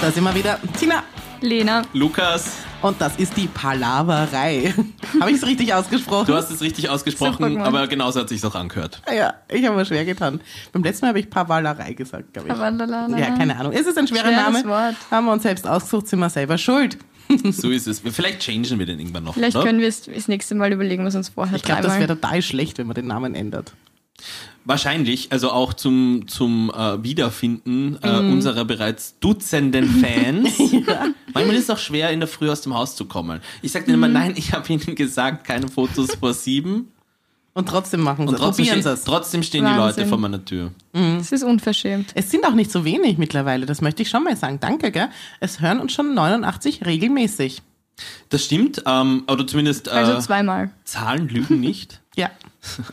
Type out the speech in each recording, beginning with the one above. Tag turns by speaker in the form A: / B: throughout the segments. A: Da sind wir wieder. Tina
B: Lena.
C: Lukas,
A: und das ist die Palaverei. Habe ich es richtig ausgesprochen?
C: du hast es richtig
B: Super
C: ausgesprochen,
B: gemacht.
C: aber genauso hat es sich auch angehört.
A: ja, ich habe mir schwer getan. Beim letzten Mal habe ich Pavalerei gesagt, glaube ich.
B: Pavalalala.
A: Ja, keine Ahnung. Ist es ein schwerer
B: Schweres
A: Name?
B: Wort.
A: Haben wir uns selbst ausgesucht, sind wir selber schuld.
C: So ist es. Vielleicht changen wir den irgendwann noch.
B: Vielleicht
C: oder?
B: können wir es das nächste Mal überlegen, was uns vorher
A: Ich glaube, das wäre
B: dreimal-
A: total schlecht, wenn man den Namen ändert.
C: Wahrscheinlich, also auch zum, zum äh, Wiederfinden äh,
B: Mhm.
C: unserer bereits dutzenden Fans. Manchmal ist es auch schwer, in der Früh aus dem Haus zu kommen. Ich sage
B: Mhm.
C: denen immer, nein, ich habe ihnen gesagt, keine Fotos vor sieben.
A: Und trotzdem machen sie
C: Und
A: es.
C: trotzdem,
A: Probieren sie
C: stehen-
A: es.
C: trotzdem stehen die
B: Wahnsinn.
C: Leute vor meiner Tür.
B: Es ist unverschämt.
A: Es sind auch nicht so wenig mittlerweile, das möchte ich schon mal sagen. Danke, gell? Es hören uns schon 89 regelmäßig.
C: Das stimmt, ähm, oder zumindest äh,
B: Also zweimal.
C: Zahlen lügen nicht.
A: Ja.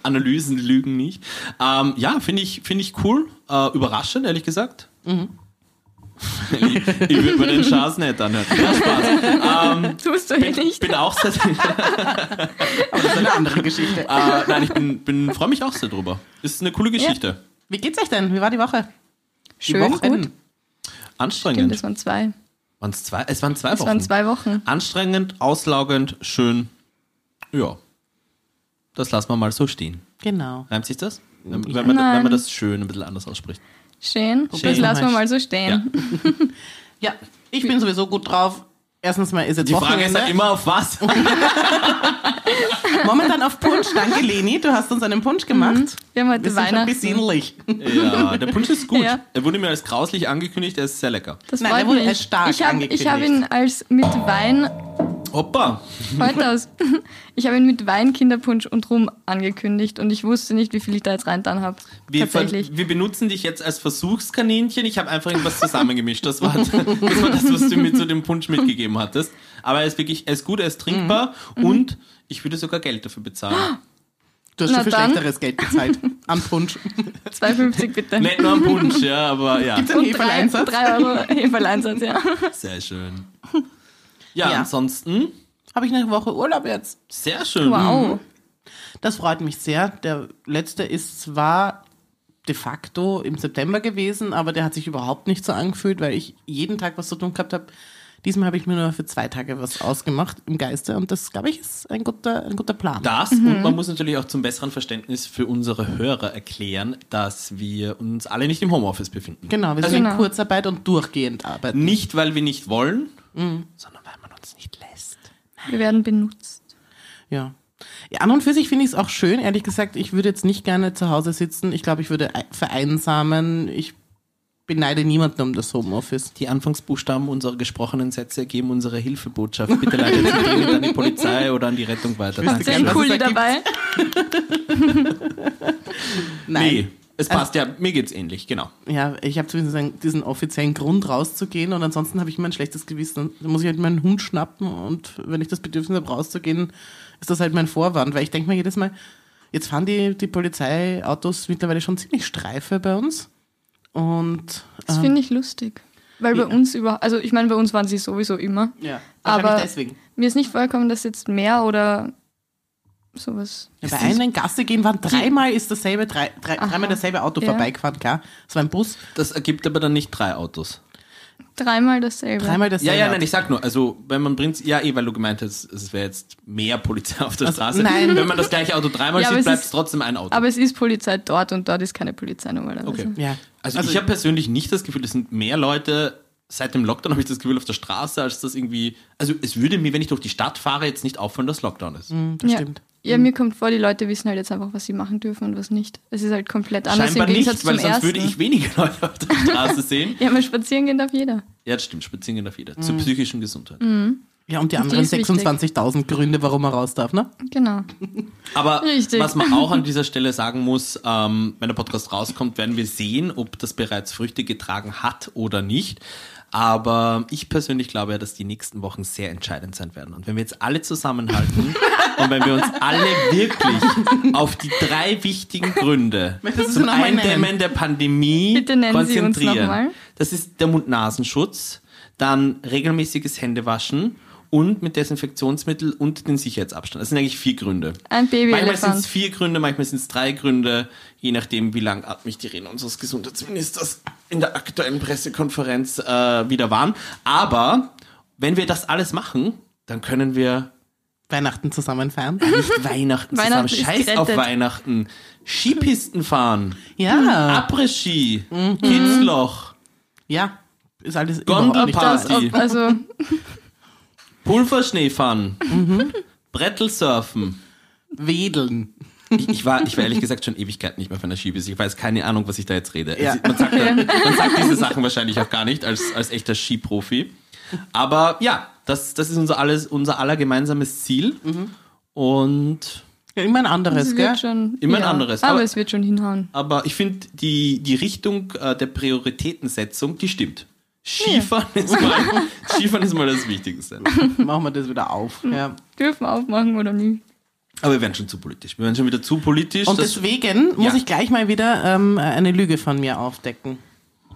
C: Analysen lügen nicht. Ähm, ja, finde ich, finde ich cool. Äh, überraschend, ehrlich gesagt.
A: Mhm.
C: ich ich würde mir den Schaß nicht anhören. Ja, Spaß.
B: Tust du eh
C: Ich
B: nicht.
C: bin auch sehr, äh,
A: Aber das ist eine andere Geschichte.
C: nein, ich bin, bin, freue mich auch sehr drüber. Ist eine coole Geschichte.
A: Wie geht's euch denn? Wie war die Woche? Die
B: Schön,
A: Wochen? Ah,
B: gut. Stimmt,
C: Anstrengend.
B: das waren zwei.
C: Waren's zwei, es waren zwei
B: Das
C: Wochen.
B: waren zwei Wochen.
C: Anstrengend, auslaugend, schön. Ja. Das lassen wir mal so stehen.
A: Genau.
C: Reimt sich das? Wenn, wenn, man,
B: Nein.
C: wenn man das schön ein bisschen anders ausspricht.
B: Schön. Das
A: Schön.
B: lassen wir mal so stehen.
A: Ja, ich bin sowieso gut drauf. Erstens mal ist jetzt
C: Die Frage
A: Wochenende.
C: ist halt immer auf was.
A: Momentan auf Punsch. Danke, Leni. Du hast uns einen Punsch
C: Mhm.
A: gemacht.
B: Wir haben
A: Wir
B: heute
A: sind schon
B: Weihnachten.
A: besinnlich.
C: ja, der Punsch ist gut.
B: Ja.
C: Er wurde mir als grauslich angekündigt, er ist sehr lecker.
B: Das
A: Nein, der
B: freut
A: wurde
B: mich.
A: erst stark
B: ich habe
A: angekündigt.
B: ich hab ihn als mit Wein
C: Hoppa!
B: heute aus. Ich habe ihn mit Wein, Kinderpunsch und Rum angekündigt und ich wusste nicht, wie viel ich da jetzt rein dann habe.
C: Wir, ver-
B: Tatsächlich.
C: wir benutzen dich jetzt als Versuchskaninchen. Ich habe einfach irgendwas zusammengemischt. Das war, das war das, was du mir zu dem Punsch mitgegeben hattest. Aber er ist wirklich, er ist gut, er ist trinkbar und ich würde sogar Geld dafür bezahlen.
A: Du hast schon
B: Na
A: für
B: dann.
A: schlechteres Geld bezahlt. Am Punsch.
B: 2,50 bitte.
C: Nicht nur am Punsch, ja, aber ja,
A: Gibt's einen
B: Und drei,
A: Heferleinsatz?
B: drei Euro Heferleinsatz,
A: Mhm.
B: ja.
C: sehr schön. Ja,
A: Ja.
C: ansonsten
A: Habe ich eine Woche Urlaub jetzt?
C: sehr schön.
B: Wow.
A: Das freut mich sehr. Der letzte ist zwar de facto im September gewesen, aber der hat sich überhaupt nicht so angefühlt, weil ich jeden Tag was zu tun gehabt habe. Diesmal habe ich mir nur für zwei Tage was ausgemacht im Geiste und das, glaube ich, ist ein guter, ein guter Plan.
C: Das und man muss natürlich auch zum besseren Verständnis für unsere Hörer erklären, dass wir uns alle nicht im Homeoffice befinden.
A: Genau, wir sind
B: Genau.
A: in Kurzarbeit und durchgehend arbeiten.
C: Nicht, weil wir nicht wollen, sondern weil man uns nicht lässt.
B: Wir werden benutzt.
A: Ja. ja an und für sich finde ich es auch schön, ehrlich gesagt. Ich würde jetzt nicht gerne zu Hause sitzen. Ich glaube, ich würde ei- vereinsamen. Ich beneide niemanden um das Homeoffice.
C: Die Anfangsbuchstaben unserer gesprochenen Sätze ergeben unsere Hilfebotschaft. Bitte leitet sie dringend an die Polizei oder an die Rettung weiter.
A: wüsste
B: Sehr
A: gern,
C: Dankeschön.
A: was es
B: cool
A: da gibt.
B: dabei.
A: Nein.
C: Nee, es passt ja. Mir geht's ähnlich, genau.
A: Ja, ich habe zumindest einen, diesen offiziellen Grund rauszugehen und ansonsten habe ich immer ein schlechtes Gewissen. Dann muss ich halt meinen Hund schnappen und wenn ich das Bedürfnis habe, rauszugehen, ist das halt mein Vorwand, weil ich denke mir jedes Mal, jetzt fahren die, die Polizeiautos mittlerweile schon ziemlich streife bei uns. Und ähm,
B: Das finde ich lustig. Weil bei uns über, also ich meine, bei uns waren sie sowieso immer.
A: ja,
B: Aber-
A: wahrscheinlich deswegen.
B: Mir ist nicht vorgekommen, dass jetzt mehr oder sowas.
A: Ja,
C: Ist
A: bei
C: das-
A: einem Gasse gehen waren dreimal ist dasselbe, drei, drei,
B: Aha.
A: dreimal dasselbe Auto
B: Ja.
A: vorbeigefahren, klar. Es war ein Bus,
C: Das ergibt aber dann nicht drei Autos.
B: Dreimal dasselbe.
A: dreimal
C: Ja,
A: dasselbe.
C: ja, nein,
A: Auto.
C: ich sag nur, also wenn man bringt, ja, eh, weil du gemeint hast, es wäre jetzt mehr Polizei auf der
A: Also,
C: Straße.
A: nein.
C: Wenn man das gleiche Auto dreimal
B: Ja, aber
C: sieht,
B: es
C: bleibt
B: ist-
C: es trotzdem ein Auto.
B: Aber es ist Polizei dort und dort ist keine Polizei normalerweise.
C: Okay.
A: ja.
C: Also, ich habe persönlich nicht das Gefühl, es sind mehr Leute seit dem Lockdown, habe ich das Gefühl, auf der Straße, als das irgendwie. Also es würde mir, wenn ich durch die Stadt fahre, jetzt nicht auffallen, dass Lockdown ist.
A: das
B: ja.
A: stimmt.
B: Ja, mir kommt vor, die Leute wissen halt jetzt einfach, was sie machen dürfen und was nicht. Es ist halt komplett anders
C: Scheinbar
B: im Gegensatz
C: nicht, weil
B: zum
C: sonst
B: ersten.
C: würde ich weniger Leute auf der Straße sehen.
B: ja, mal spazieren gehen darf jeder.
C: Ja, das stimmt, spazieren gehen darf jeder.
B: Mhm.
C: Zur psychischen Gesundheit.
A: Ja, und die anderen
B: ist wichtig.
A: 26.000 Gründe, warum er raus darf, ne?
B: Genau.
C: Aber
B: Richtig.
C: was man auch an dieser Stelle sagen muss, ähm, wenn der Podcast rauskommt, werden wir sehen, ob das bereits Früchte getragen hat oder nicht. Aber ich persönlich glaube ja, dass die nächsten Wochen sehr entscheidend sein werden. Und wenn wir jetzt alle zusammenhalten und wenn wir uns alle wirklich auf die drei wichtigen Gründe
A: Möchtest du sie
C: zum
A: noch mal nennen?
C: Eindämmen der Pandemie
B: Bitte nennen Sie uns
C: konzentrieren.
B: noch mal.
C: Das ist der Mund-Nasenschutz, dann regelmäßiges Händewaschen und mit Desinfektionsmittel und den Sicherheitsabstand. Das sind eigentlich vier Gründe.
B: Ein
C: Manchmal sind es
B: Babyelefant.
C: vier Gründe, manchmal sind es drei Gründe, je nachdem, wie langatmig die Reden unseres Gesundheitsministers in der aktuellen Pressekonferenz äh, wieder waren. Aber wenn wir das alles machen, dann können wir
A: Weihnachten zusammen feiern.
B: Hm.
C: nicht Weihnachten zusammen.
B: Weihnachten ist
C: Scheiß auf
B: gerettet.
C: Weihnachten. Skipisten fahren.
A: Ja,
C: Après-Ski. Kitzloch.
A: ja. Ist alles überhaupt nicht
B: Das,
C: Gondelparty.
B: ob, also,
C: Pulverschneefahren. Brettelsurfen.
A: wedeln.
C: Ich, ich, war, ich war ehrlich gesagt schon Ewigkeiten nicht mehr von der Skipiste. Ich weiß keine Ahnung, was ich da jetzt rede.
A: Ja.
C: Es- Man, sagt, ja- man sagt diese Sachen wahrscheinlich auch gar nicht als, als echter Skiprofi. Aber ja, das, das ist unser, alles, unser aller gemeinsames Ziel. Und
A: Ja, immer ein anderes,
B: es wird
A: gell?
B: schon.
C: Immer ein
B: ja,
C: anderes,
B: Aber,
C: aber-
B: es wird schon hinhauen.
C: aber ich finde, die, die Richtung äh, der Prioritätensetzung, die stimmt. Skifahren, ist mal, Skifahren ist mal das Wichtigste.
A: Machen wir das wieder auf.
B: Hm.
A: Ja.
B: Dürfen wir aufmachen oder nicht?
C: Aber wir werden schon zu politisch. Wir werden schon wieder zu politisch.
A: Und
C: das-
A: deswegen muss
C: Ja.
A: ich gleich mal wieder ähm, eine Lüge von mir aufdecken.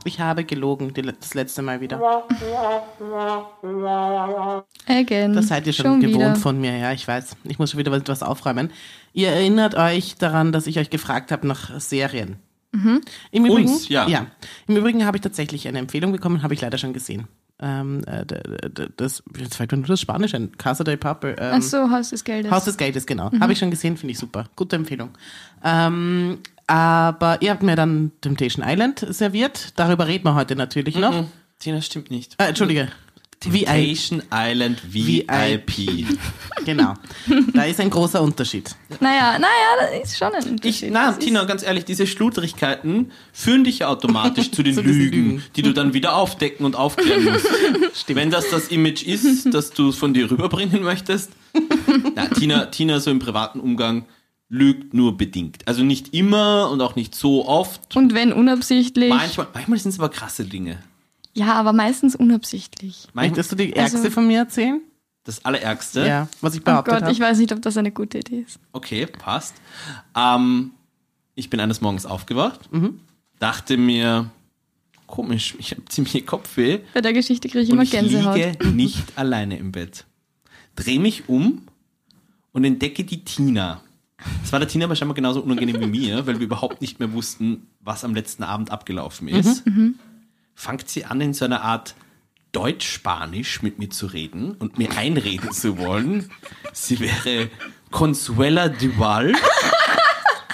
A: Ich habe gelogen die, le- das letzte Mal wieder.
B: Again.
A: Das seid ihr schon, gewohnt
B: Hm, wieder.
A: von mir, ja, ich weiß. Ich muss schon wieder etwas aufräumen. Ihr erinnert euch daran, dass ich euch gefragt habe nach Serien.
B: Mhm.
A: Im Übrigen,
C: Uns, ja.
A: ja. Im Übrigen habe ich tatsächlich eine Empfehlung bekommen, habe ich leider schon gesehen. Ähm, äh, d- d- das, jetzt fällt mir nur das Spanische ein. Casa de Papel. Ähm,
C: Hm.
B: Ach so, Mhm. Haus des Geldes.
A: Haus des Geldes, genau. Habe ich schon gesehen, finde ich super. Gute Empfehlung. Ähm, aber ihr habt mir dann Temptation Island serviert. Darüber reden wir heute natürlich noch.
C: Tina, stimmt nicht.
A: Äh, Entschuldige. VIP.
C: Mhm. Temptation Island VIP.
A: Genau. Da ist ein großer Unterschied.
B: Naja, naja, das ist schon ein
C: Ich,
B: Unterschied.
C: na,
B: Das ist-
C: Tina, ganz ehrlich, diese Schludrigkeiten führen dich ja automatisch zu den
A: Zu diesen
C: Lügen,
A: Lügen.
C: die du dann wieder aufdecken und aufklären musst. Wenn das das Image ist, das du von dir rüberbringen möchtest. Na, Tina, Tina so im privaten Umgang lügt nur bedingt. Also nicht immer und auch nicht so oft.
B: Und wenn unabsichtlich.
C: Manchmal, manchmal sind es aber krasse Dinge.
B: Ja, aber meistens unabsichtlich.
C: Manchmal,
A: Möchtest du die
B: Also-
A: Ärgste von mir erzählen?
C: das Allerärgste.
A: Ja, was ich
B: Oh
A: behauptet
B: Gott,
A: habe.
B: ich weiß nicht, ob das eine gute Idee ist.
C: Okay, passt. Ähm, ich bin eines Morgens aufgewacht, dachte mir, komisch, ich habe ziemlich Kopfweh
B: Bei der Geschichte kriege ich
C: und
B: immer
C: ich
B: Gänsehaut.
C: liege nicht alleine im Bett. Dreh mich um und entdecke die Tina. Das war der Tina aber scheinbar genauso unangenehm wie mir, weil wir überhaupt nicht mehr wussten, was am letzten Abend
B: Mhm,
C: abgelaufen ist. Fangt sie an, in so einer Art Deutsch-Spanisch mit mir zu reden und mir einreden zu wollen. Sie wäre Consuela Duval,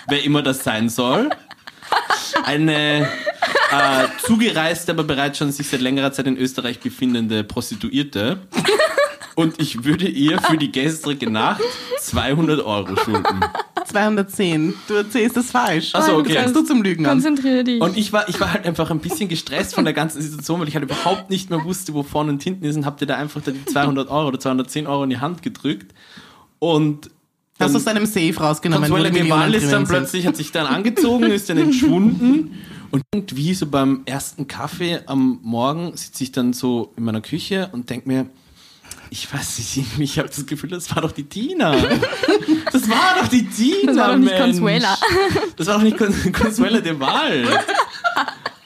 C: wer immer das sein soll. Eine äh, zugereiste, aber bereits schon sich seit längerer Zeit in Österreich befindende Prostituierte. Und ich würde ihr für die gestrige Nacht 200 Euro schulden.
A: 210. Du erzählst es falsch.
B: Also,
C: Ach so,
A: Du
C: okay.
A: fängst du zum Lügen an.
B: Konzentriere dich.
C: Und ich war, ich war halt einfach ein bisschen gestresst von der ganzen Situation, weil ich halt überhaupt nicht mehr wusste, wo vorne und hinten ist und hab dir da einfach da die 200 Euro oder 210 Euro in die Hand gedrückt. Und
A: Hast du aus deinem Safe rausgenommen, wo
C: Consuela
A: die
C: Duval
A: Genau, Millionen
C: ist dann
A: drinnen sind.
C: plötzlich, hat sich dann angezogen, ist dann entschwunden. Und irgendwie so beim ersten Kaffee am Morgen sitze ich dann so in meiner Küche und denke mir, ich weiß nicht, ich habe das Gefühl, das war doch die Tina. Das war doch die Tina.
B: war doch nicht
C: Mensch.
B: Consuela.
C: Das war doch nicht Con Consuela de Val.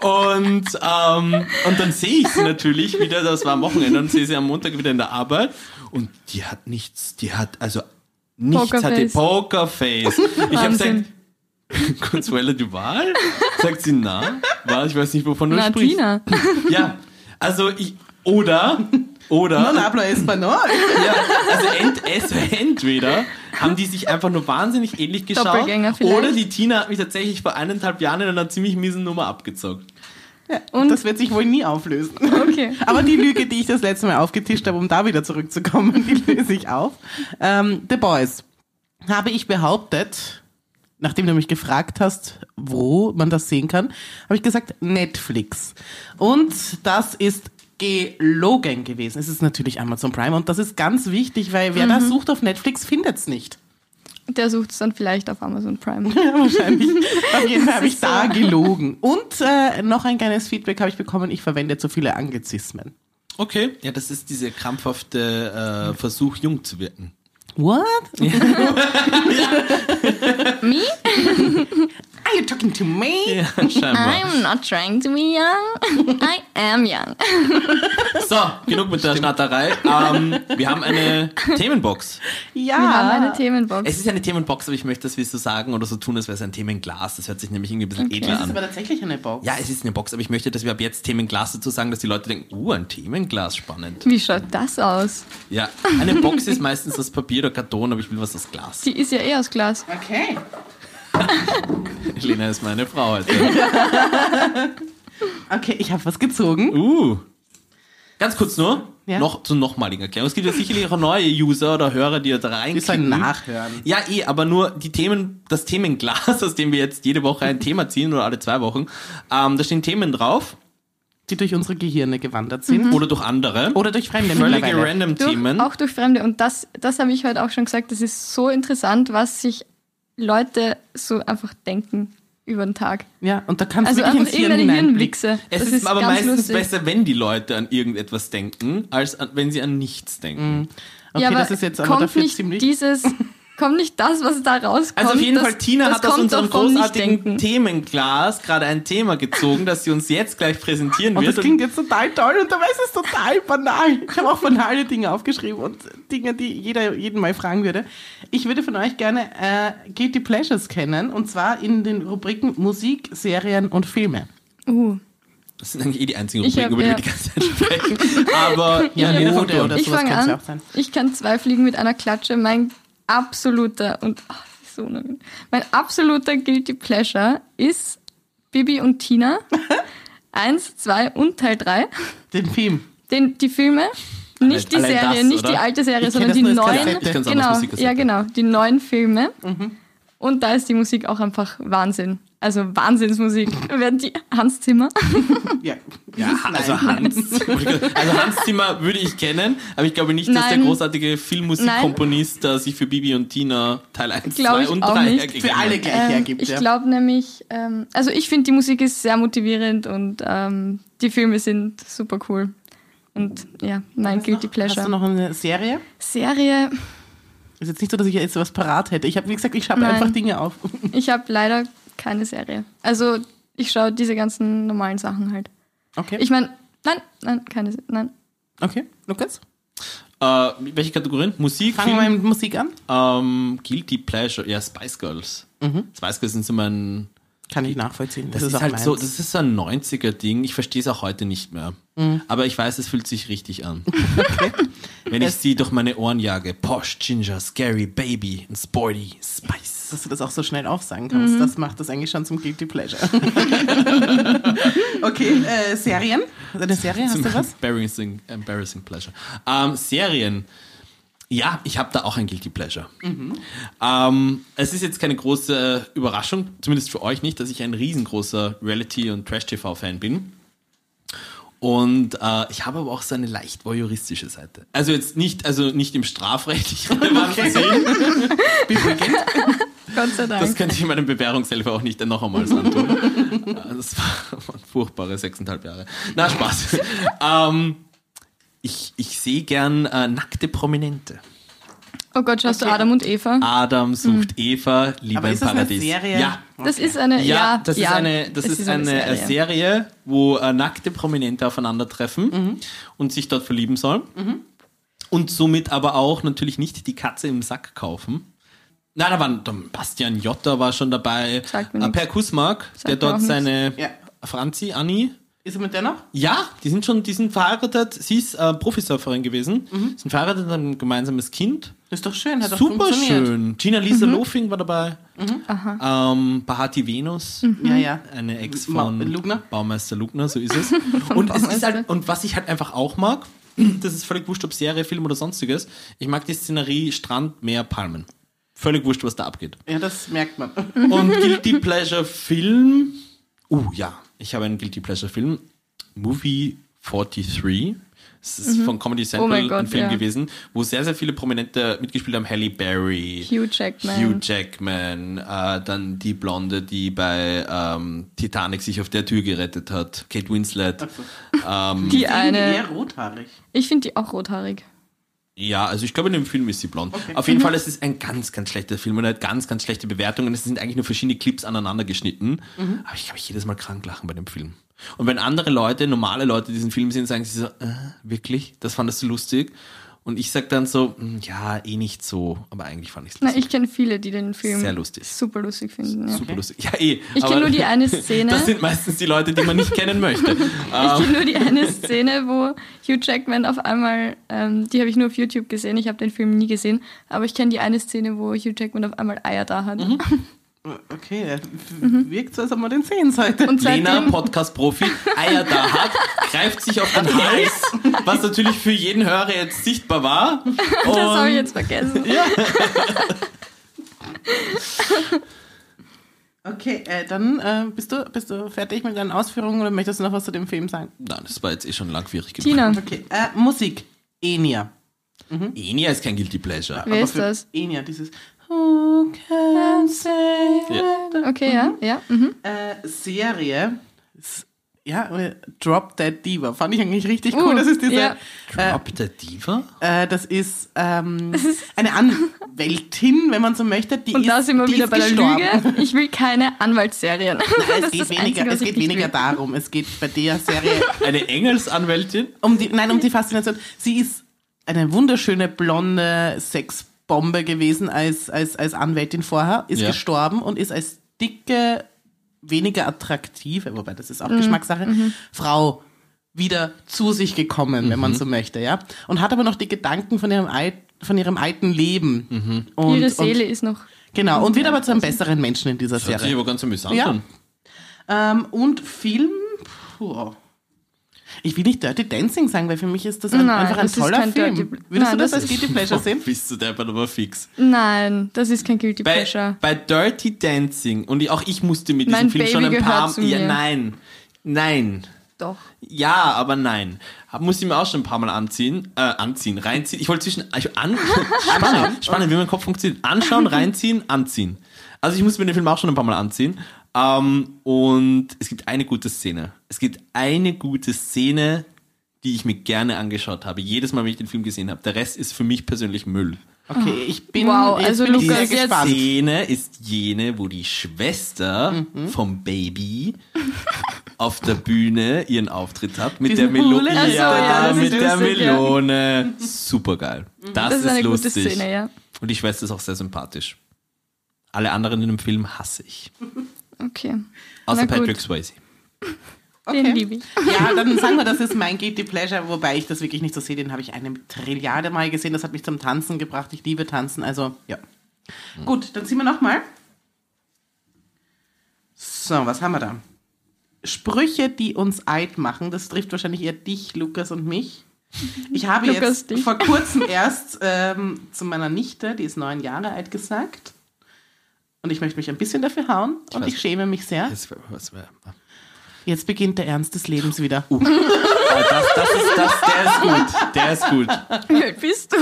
C: Und, ähm, und dann sehe ich sie natürlich wieder, das war am Wochenende, und sehe sie am Montag wieder in der Arbeit. Und die hat nichts, die hat, also nichts
B: Pokerface.
C: hatte Pokerface. Ich habe gesagt,
B: Wahnsinn.
C: Consuela Duval? Sagt sie, na, war, ich weiß nicht, wovon du
B: Na,
C: sprichst.
B: Tina.
C: Ja, also ich, oder, oder,
A: Non hablo español.
C: ja, also ent, es, entweder haben die sich einfach nur wahnsinnig ähnlich geschaut,
B: Doppelgänger vielleicht.
C: oder die Tina hat mich tatsächlich vor eineinhalb Jahren in einer ziemlich miesen Nummer abgezockt.
B: Und-
A: Das wird sich wohl nie auflösen.
B: Okay.
A: Aber die Lüge, die ich das letzte Mal aufgetischt habe, um da wieder zurückzukommen, die löse ich auf. Ähm, The Boys. Habe ich behauptet, nachdem du mich gefragt hast, wo man das sehen kann, habe ich gesagt Netflix. Und das ist gelogen gewesen. Es ist natürlich Amazon Prime und das ist ganz wichtig, weil wer
B: Mhm.
A: das sucht auf Netflix, findet es nicht.
B: Der sucht es dann vielleicht auf Amazon Prime.
A: Wahrscheinlich. Auf jeden Fall habe ich
B: ist so.
A: da gelogen. Und äh, noch ein kleines Feedback habe ich bekommen, ich verwende zu viele Anglizismen.
C: Okay. Ja, das ist dieser krampfhafte äh, Versuch, jung zu wirken.
A: What?
B: Me?
A: Are you talking to me?
C: Ja, scheinbar.
B: I'm not trying to be young. I am young.
C: So, genug mit der Schnatterei. Ähm, wir haben eine Themenbox.
A: Ja.
B: Wir haben eine Themenbox.
C: Es ist eine Themenbox, aber ich möchte, dass wir es so sagen oder so tun, als wäre es ein Themenglas. Das hört sich nämlich irgendwie ein bisschen
B: Okay.
C: edler
A: Das ist
C: an.
A: aber tatsächlich eine Box.
C: Ja, es ist eine Box, aber ich möchte, dass wir ab jetzt Themenglas dazu sagen, dass die Leute denken, uh, ein Themenglas, spannend.
B: Wie schaut das aus?
C: Ja, eine Box ist meistens aus Papier oder Karton, aber ich will was aus Glas.
B: Die ist ja eh aus Glas.
A: Okay.
C: Lena ist meine Frau heute.
A: Okay, ich habe was gezogen.
C: Uh. Ganz kurz nur,
A: Ja.
C: noch zur nochmaligen Erklärung. Es gibt ja sicherlich auch neue User oder Hörer, die da
A: Die sollen
C: reinklicken.
A: nachhören.
C: Ja, eh, aber nur die Themen, das Themenglas, aus dem wir jetzt jede Woche ein Thema ziehen oder alle zwei Wochen, ähm, da stehen Themen drauf
A: Die durch unsere Gehirne gewandert
B: Mhm.
A: sind.
C: oder durch andere.
A: Oder durch Fremde
C: Völlige
A: mittlerweile.
C: random
B: Durch,
C: Themen.
B: auch durch Fremde. Und das, das habe ich heute auch schon gesagt. Das ist so interessant, was sich Leute so einfach denken über den Tag.
A: Ja, und da kannst
B: Also
A: du wirklich
B: einfach
A: ins Hirn
B: irgendeine
A: hineinblicken.
B: Hirnblickse.
C: Es
B: das
C: ist, aber
B: ganz
C: meistens
B: lustig.
C: besser, wenn die Leute an irgendetwas denken, als an, wenn sie an nichts denken.
B: Mhm.
A: Okay,
B: ja, aber
A: das ist jetzt aber
B: kommt
A: dafür
B: nicht
A: ziemlich...
B: dieses, kommt nicht das, was da rauskommt.
C: Also auf jeden
B: das,
C: Fall, Tina
B: das
C: hat aus
B: kommt
C: unserem
B: doch vom
C: großartigen
B: Nichtdenken.
C: Themenglas gerade ein Thema gezogen, das sie uns jetzt gleich präsentieren
B: Oh,
A: Und
C: wird.
A: das klingt jetzt total toll und dabei ist es total banal. Ich habe auch banale Dinge aufgeschrieben und Dinge, die jeder jeden mal fragen würde. Ich würde von euch gerne äh, Guilty Pleasures kennen und zwar in den Rubriken Musik, Serien und Filme.
B: Uh,
C: das sind eigentlich eh die einzigen
B: Ich
C: Rubriken,
B: hab-
C: über die
B: ja.
C: wir die ganze Zeit sprechen. Aber
A: Ja,
C: jeder
A: Mode
C: von uns.
A: oder
B: ich
A: sowas
B: fange
A: kann's ja
B: an.
A: auch sein.
B: Ich kann zwei Fliegen mit einer Klatsche. Mein absoluter und ach, das ist so unangenehm. mein absoluter Guilty Pleasure ist Bibi und Tina. Eins, zwei und Teil drei.
A: Den Film.
B: Den, die Filme, nicht die
C: Allein das,
B: Serie, nicht die
C: oder?
B: alte Serie,
A: Ich kenn
B: sondern
A: das
B: die
A: nur als Mhm.
B: neuen.
A: Kassette.
C: Ich kann's auch als
B: Genau,
C: Musikkassette.
B: ja, genau, die neuen Filme. Und da ist die Musik auch einfach Wahnsinn. Also Wahnsinnsmusik. Wer die Hans Zimmer.
A: Ja.
C: Ja, also Hans, also Hans Zimmer würde ich kennen, aber ich glaube nicht, dass der
B: Nein.
C: großartige Filmmusikkomponist da sich für Bibi und Tina Teil 1,
B: Glaub
C: 2
B: ich
C: und
B: auch
C: 3
B: nicht.
C: hergegeben
A: Für alle
C: hat.
A: gleich
B: Ähm,
A: hergibt.
B: ich
A: ja.
B: glaube nämlich, ähm, also ich finde die Musik ist sehr motivierend und ähm, die Filme sind super cool. Und ja, mein
A: Hast du noch-
B: Guilty
A: Hast
B: Pleasure.
A: du noch eine Serie?
B: Serie,
A: Ist jetzt nicht so, dass ich jetzt was parat hätte. Ich habe, wie gesagt, ich schreibe
B: Nein.
A: einfach Dinge auf.
B: ich habe leider keine Serie. Also ich schaue diese ganzen normalen Sachen halt.
A: Okay.
B: Ich meine, nein, nein, keine Se- nein.
A: okay, Lukas?
C: Äh, welche Kategorien? Musik,
A: Fangen wir
C: Film,
A: mal mit Musik an.
C: ähm, Guilty Pleasure, ja, Spice Girls. Spice Girls sind so mein,
A: Kann ich nachvollziehen.
C: das, ist,
A: auch
C: halt
A: meins.
C: so, das ist so ein 90er-Ding, ich verstehe es auch heute nicht mehr. Aber ich weiß, es fühlt sich richtig an. Wenn ich sie durch meine Ohren jage. Posh, Ginger, Scary, Baby und Sporty, Spice.
A: dass du das auch so schnell aufsagen kannst.
B: Mhm.
A: Das macht das eigentlich schon zum Guilty Pleasure. okay, äh, Serien? Eine Serie, hast
C: Zum
A: du was?
C: Embarrassing, embarrassing Pleasure. Ähm, Serien. Ja, ich habe da auch ein Guilty Pleasure. Ähm, es ist jetzt keine große Überraschung, zumindest für euch nicht, dass ich ein riesengroßer Reality- und Trash-TV-Fan bin. Und äh, ich habe aber auch so eine leicht voyeuristische Seite. Also jetzt nicht, also nicht im strafrechtlichen relevanten
A: Okay.
C: Sinn,
B: Gott sei Dank.
C: das könnte ich meinem Bewährungshelfer auch nicht noch einmal so antun. das waren furchtbare sechseinhalb Jahre. Na, Spaß. ähm, ich ich sehe gern äh, nackte Prominente.
B: oh Gott, schaust
A: Okay.
B: du Adam und Eva?
C: Adam sucht Eva, lieber
A: Hm. Aber ist
C: im
A: das eine
C: Paradies.
A: Serie?
C: Ja.
B: Das ist eine,
C: Ja,
B: ja,
C: das
B: ja,
C: ist eine, das
B: es
C: ist eine, äh, Serie, wo äh, nackte Prominente aufeinandertreffen und sich dort verlieben sollen. Und somit aber auch natürlich nicht die Katze im Sack kaufen. Na, da waren da Bastian Jotta war schon dabei.
B: Sagt mir
C: Äh,
B: nix.
C: per Kusmark,
B: Sagt
C: der
B: mir auch
C: dort
B: nix.
C: seine
A: Ja.
C: Franzi, Anni.
A: Ist er mit der noch?
C: Ja, die sind schon, die sind verheiratet. Sie ist äh, Profisurferin gewesen, sind verheiratet, haben ein gemeinsames Kind.
A: Ist doch schön, hat doch
C: Super
A: funktioniert.
C: schön. Gina Lisa Lofing war dabei. Ähm, Bahati Venus.
A: Ja, ja.
C: Eine Ex
A: Ma-
C: von
A: Lugner?
C: Baumeister Lugner, so ist es. und, es ist
B: Baumeister.
C: halt, und was ich halt einfach auch mag, das ist völlig wurscht, ob Serie, Film oder sonstiges, ich mag die Szenerie Strand, Meer, Palmen. Völlig wurscht, was da abgeht.
A: Ja, das merkt man.
C: Und Guilty Pleasure Film, uh ja, ich habe einen Guilty Pleasure Film, Movie 43. Das ist von Comedy
B: Oh
C: Central
B: mein Gott,
C: ein Film
B: ja.
C: gewesen, wo sehr, sehr viele Prominente mitgespielt haben. Halle Berry,
B: Hugh Jackman.
C: Hugh Jackman, äh, dann die Blonde, die bei ähm, Titanic sich auf der Tür gerettet hat, Kate Winslet.
A: so.
C: Ähm,
B: Die
A: Eine.
B: eine,
A: Eher rothaarig.
B: ich finde die auch rothaarig.
C: Ja, also ich glaube, in dem Film ist sie blond. Auf jeden Fall, es ist ein ganz, ganz schlechter Film und er hat ganz, ganz schlechte Bewertungen. Es sind eigentlich nur verschiedene Clips aneinander geschnitten. Aber ich glaube, ich jedes Mal krank lachen bei dem Film. Und wenn andere Leute, normale Leute diesen Film sehen, sagen sie so, äh, wirklich? Das fandest du lustig? Und ich sag dann so, "Hm, ja, eh nicht so. Aber eigentlich fand ich es
B: Na,
C: lustig.
B: ich kenne viele, die den Film
C: Sehr lustig.
B: super lustig finden. Ja.
C: Super lustig. Ja, eh.
B: Ich
C: aber-
B: kenne nur die eine Szene.
C: Das sind meistens die Leute, die man nicht kennen möchte.
B: Ich kenne nur die eine Szene, wo Hugh Jackman auf einmal, ähm, die habe ich nur auf YouTube gesehen, ich habe den Film nie gesehen, aber ich kenne die eine Szene, wo Hugh Jackman auf einmal Eier da hat.
A: Mhm. Okay, ja.
B: Mhm.
A: wirkt so, als ob man den sehen sollte.
B: Und seitdem,
C: Lena, Podcast-Profi, Eier da hat, greift sich auf den Hals, was natürlich für jeden Hörer jetzt sichtbar war.
B: das habe ich
C: Und
B: jetzt vergessen.
A: Okay, äh, dann äh, bist, du, bist du fertig mit deinen Ausführungen oder möchtest du noch was zu dem Film sagen?
C: Nein, das war jetzt eh schon langwierig gewesen.
B: Tina,
A: Okay, äh, Musik. Enya.
C: Enia ist kein Guilty Pleasure.
B: Wer
A: Aber
B: ist
A: für
B: das?
A: Enya, dieses Who can say
C: Ja.
A: that-
B: okay, ja, ja. Mhm.
A: äh, Serie. S- Ja, äh, Drop Dead Diva. Fand ich eigentlich richtig
B: Uh,
A: cool. Das ist diese.
B: ja.
A: Äh,
C: Drop the Diva?
A: äh, das ist ähm, eine Anwältin, wenn man so möchte. Die
B: Und
A: ist,
B: da sind wir
A: die
B: wieder
A: ist
B: bei der
A: gestorben.
B: Lüge. Ich will keine Anwaltsserien.
A: Nein,
B: das
A: es geht
B: ist das
A: weniger,
B: Einzige, was
A: es
B: ich
A: geht
B: nicht
A: weniger
B: will.
A: darum. Es geht bei der Serie
C: Eine Engelsanwältin?
A: um die, nein, um die Faszination. Sie ist eine wunderschöne blonde Sexbombe gewesen als, als, als Anwältin vorher, ist
C: Ja.
A: gestorben und ist als dicke, weniger attraktive, wobei das ist auch
B: Mhm.
A: Geschmackssache, Frau wieder zu sich gekommen, wenn man so möchte, ja. Und hat aber noch die Gedanken von ihrem, alt, von ihrem alten Leben. Und,
B: Ihre Seele ist noch.
A: Und, genau, und wird aber zu einem besseren Menschen in dieser
C: Hört sich
A: Serie.
C: aber ganz amüsant
A: Ja.
C: an.
A: Ähm, und Film, puh. Ich will nicht Dirty Dancing sagen, weil für mich ist das ein,
B: Nein,
A: einfach ein
B: das ist
A: toller
B: kein
A: Film.
B: Dirty-
A: Würdest
B: Nein,
A: du das,
B: das
A: als Guilty Pleasure sehen?
C: Bist du der aber fix.
B: Nein, das ist kein Guilty
C: Bei,
B: Pleasure.
C: bei Dirty Dancing, und ich, auch ich musste mit diesem
B: Mein
C: Film schon
B: Baby
C: ein paar...
B: gehört zu
C: ja,
B: mir.
C: nein, nein.
B: Doch.
C: Ja, aber nein. Hab- Muss ich mir auch schon ein paar Mal anziehen, äh, anziehen, reinziehen. Ich wollte zwischen, ich, an, spannend, spannend, wie mein Kopf funktioniert. Anschauen, reinziehen, anziehen. Also ich muss mir den Film auch schon ein paar Mal anziehen. Ähm, und es gibt eine gute Szene. Es gibt eine gute Szene, die ich mir gerne angeschaut habe. Jedes Mal, wenn ich den Film gesehen habe. Der Rest ist für mich persönlich Müll.
A: Okay, ich bin,
B: Wow,
A: jetzt
B: also
A: bin ich
B: Lukas,
A: sehr
B: jetzt-
A: gespannt.
C: Szene ist jene, wo die Schwester
B: Mhm.
C: vom Baby auf der Bühne ihren Auftritt hat mit
A: Diesen
C: der Melone.
A: Hula-Hula.
B: Ach so, ja, das
C: mit
B: ist
C: der
B: lustig, ja. Mhm.
C: Melone. Supergeil. Das,
B: Das ist
C: ist,
B: eine gute
C: lustig.
B: Szene, ja.
C: Und die Schwester ist auch sehr sympathisch. Alle anderen in dem Film hasse ich.
B: Okay.
C: Außer
B: Na gut.
C: Patrick Swayze.
B: Den
A: Okay.
B: liebe ich.
A: Ja, dann sagen wir, das ist mein Guilty Pleasure, wobei ich das wirklich nicht so sehe. Den habe ich eine Trilliarde Mal gesehen. Das hat mich zum Tanzen gebracht. Ich liebe Tanzen, also ja. Gut, dann ziehen wir nochmal. So, was haben wir da? Sprüche, die uns alt machen. Das trifft wahrscheinlich eher dich, Lukas und mich. Ich habe
B: Lukas,
A: jetzt
B: dich.
A: vor kurzem erst ähm, zu meiner Nichte, die ist neun Jahre alt, gesagt. Und ich möchte mich ein bisschen dafür hauen und
C: weiß.
A: ich schäme mich sehr.
C: Das, was, wär-
A: Jetzt beginnt der Ernst des Lebens wieder.
C: Ah, das, das ist, das, der ist gut. Der ist gut.
B: Wie alt bist du?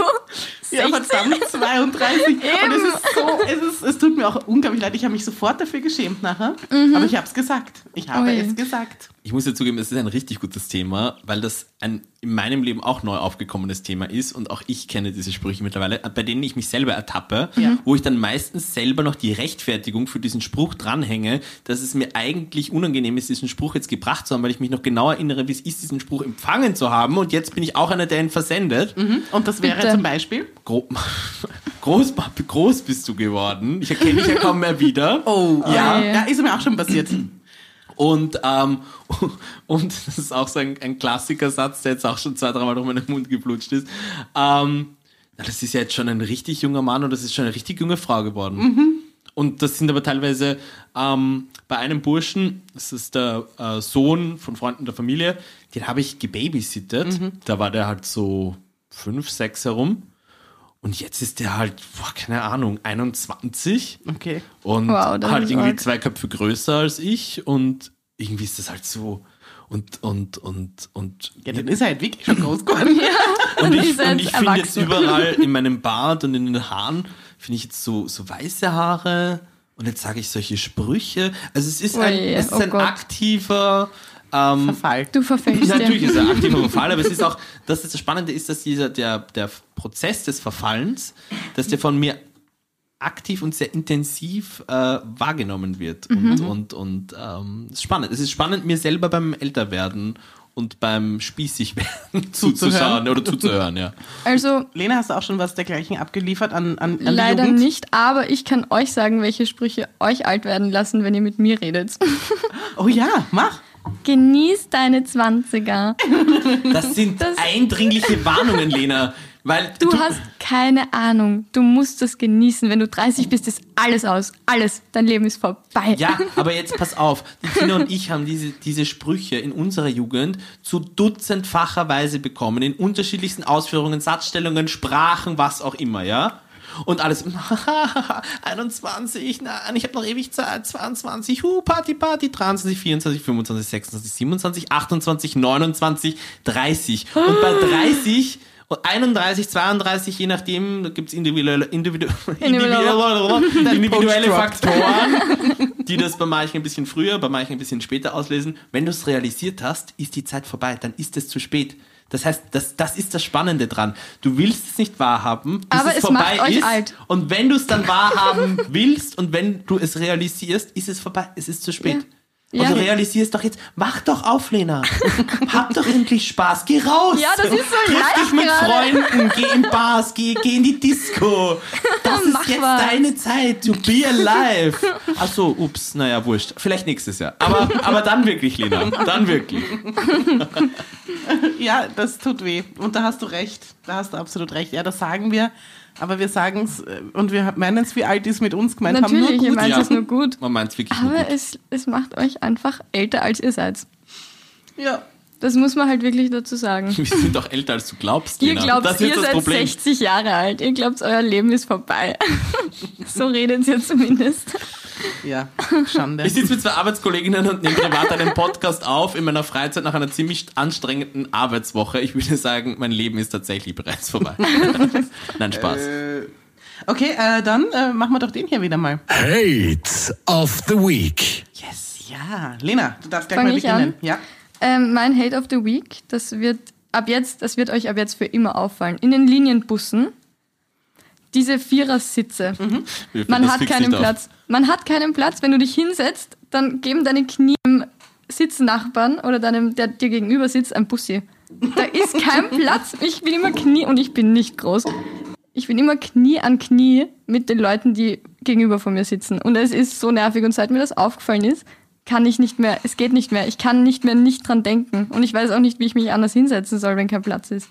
A: Ja,
B: 16?
A: verdammt, 32. Und es ist so, es, ist, es tut mir auch unglaublich leid. Ich habe mich sofort dafür geschämt nachher.
B: Mhm.
A: Aber ich habe es gesagt. Ich habe
B: Ui.
A: es gesagt.
C: Ich muss ja zugeben, es ist ein richtig gutes Thema, weil das ein in meinem Leben auch neu aufgekommenes Thema ist und auch ich kenne diese Sprüche mittlerweile, äh, bei denen ich mich selber ertappe,
A: Ja.
C: wo ich dann meistens selber noch die Rechtfertigung für diesen Spruch dranhänge, dass es mir eigentlich unangenehm ist, diesen Spruch jetzt gebracht zu haben, weil ich mich noch genau erinnere, wie es ist, diesen Spruch empfangen zu haben und jetzt bin ich auch einer, der ihn versendet.
A: Mhm. Und das wäre
B: Bitte.
A: zum Beispiel.
C: Gro groß, groß bist du geworden. Ich erkenne dich ja kaum mehr wieder.
A: Oh, ja.
B: Ui.
A: Ja, ist mir auch schon passiert.
C: Und, ähm, und das ist auch so ein, ein Klassikersatz, der jetzt auch schon zwei, dreimal durch meinen Mund geplutscht ist. Ähm, na, das ist ja jetzt schon ein richtig junger Mann und das ist schon eine richtig junge Frau geworden.
B: Mhm.
C: Und das sind aber teilweise ähm, bei einem Burschen, das ist der äh, Sohn von Freunden der Familie, den habe ich gebabysittet.
B: Mhm.
C: Da war der halt so fünf, sechs herum. Und jetzt ist der halt, boah, keine Ahnung, 21
A: Okay.
C: und
B: Wow, das
C: halt
B: ist
C: irgendwie
B: arg.
C: zwei Köpfe größer als ich und irgendwie ist das halt so und und und und
A: Ja, dann ist er halt wirklich schon groß geworden.
C: und
B: Die
C: ich,
B: sind
C: und ich finde jetzt
B: erwachsen.
C: überall in meinem Bart und in den Haaren finde ich jetzt so so weiße Haare und jetzt sage ich solche Sprüche also es ist ein
B: Ui,
C: es ist
B: oh
C: ein
B: Gott.
C: aktiver Ähm,
A: Verfall.
B: Du verfängst
C: Natürlich
B: ja.
C: ist er aktiver Verfall, aber es ist auch, das, ist das Spannende ist, dass dieser, der, der Prozess des Verfallens, dass der von mir aktiv und sehr intensiv äh, wahrgenommen wird. Und,
B: Mhm.
C: und, und ähm, es ist spannend. Es ist spannend, mir selber beim Älterwerden und beim Spießigwerden zuzuschauen oder zuzuhören, ja.
B: Also
A: Lena, hast du auch schon was dergleichen abgeliefert an, an, an die
B: leider
A: Jugend?
B: nicht, aber ich kann euch sagen, welche Sprüche euch alt werden lassen, wenn ihr mit mir redet.
A: Oh ja, mach.
B: Genieß deine 20er.
C: Das sind
B: Das-
C: eindringliche Warnungen, Lena. Weil
B: Du hast keine Ahnung. Du musst das genießen. Wenn du 30 bist, ist alles aus. Alles. Dein Leben ist vorbei.
C: Ja, aber jetzt pass auf. Die Tina und ich haben diese, diese Sprüche in unserer Jugend zu dutzendfacher Weise bekommen, in unterschiedlichsten Ausführungen, Satzstellungen, Sprachen, was auch immer, ja? Und alles, 21, nein, ich habe noch ewig Zeit, 22, hu, Party, Party, 23, 24, 25, 26, 27, 28, 29, 30. Und bei 30... Und 31, 32, je nachdem, da gibt's individuelle, individuelle, individuelle, individuelle
A: Poach
C: Faktoren die das bei manchen ein bisschen früher, bei manchen ein bisschen später auslesen. Wenn du es realisiert hast, ist die Zeit vorbei, dann ist es zu spät. Das heißt, das, das ist das Spannende dran. Du willst es nicht wahrhaben, bis
B: Aber
C: es,
B: es
C: vorbei
B: macht euch
C: ist.
B: alt.
C: Und wenn du es dann wahrhaben willst und wenn du es realisierst, ist es vorbei, es ist zu spät.
B: Ja.
C: Also
B: Ja.
C: realisier es doch jetzt. Mach doch auf, Lena. Hab doch endlich Spaß. Geh raus.
B: Ja, das ist so
C: Triff dich
B: leicht
C: mit
B: gerade.
C: Freunden. Geh in Bars. Geh, geh in die Disco. Das ist
B: Mach
C: jetzt
B: was.
C: deine Zeit to be alive. Achso, ups, naja, wurscht. Vielleicht nächstes Jahr. Aber, aber dann wirklich, Lena. Dann wirklich.
A: Ja, das tut weh. Und da hast du recht. Da hast du absolut recht. Ja, das sagen wir. Aber wir sagen es und wir meinen es, wie alt die es mit uns gemeint haben.
B: Natürlich,
A: Nur
B: ihr
A: gut.
B: meint
C: Ja.
B: es nur gut.
C: Man meint es wirklich nur
B: Aber
C: gut.
B: es, es macht euch einfach älter, als ihr seid.
A: Ja.
B: Das muss man halt wirklich dazu sagen.
C: Wir sind doch älter, als du glaubst,
B: Ihr
C: Lena.
B: glaubt,
C: Genau. das ist
B: ihr
C: das
B: seid
C: Problem.
B: 60 Jahre alt. Ihr glaubt, euer Leben ist vorbei. so redet ihr zumindest.
A: ja, Schande.
C: Ich sitze mit zwei Arbeitskolleginnen und nehme privat einen Podcast auf in meiner Freizeit nach einer ziemlich anstrengenden Arbeitswoche. Ich würde sagen, mein Leben ist tatsächlich bereits vorbei. Nein, Spaß.
A: Äh, Okay, äh, dann äh, machen wir doch den hier wieder mal.
D: Hate of the Week.
A: Yes, ja. Lena, du darfst gleich
B: Fang
A: mal
B: ich
A: beginnen.
B: an?
A: Ja.
B: Ähm, mein Hate of the Week, das wird ab jetzt, das wird euch ab jetzt für immer auffallen. In den Linienbussen, diese Vierersitze.
C: Mhm. Wir finden
B: Man
C: das
B: hat
C: fix
B: keinen
C: nicht auf.
B: Platz. Man hat keinen Platz. Wenn du dich hinsetzt, dann geben deine Knie dem Sitznachbarn oder deinem, der dir gegenüber sitzt, ein Bussi. Da ist kein Platz. Ich bin immer Knie und ich bin nicht groß. Ich bin immer Knie an Knie mit den Leuten, die gegenüber von mir sitzen. Und es ist so nervig. Und seit mir das aufgefallen ist, kann ich nicht mehr, es geht nicht mehr. Ich kann nicht mehr nicht dran denken. Und ich weiß auch nicht, wie ich mich anders hinsetzen soll, wenn kein Platz ist.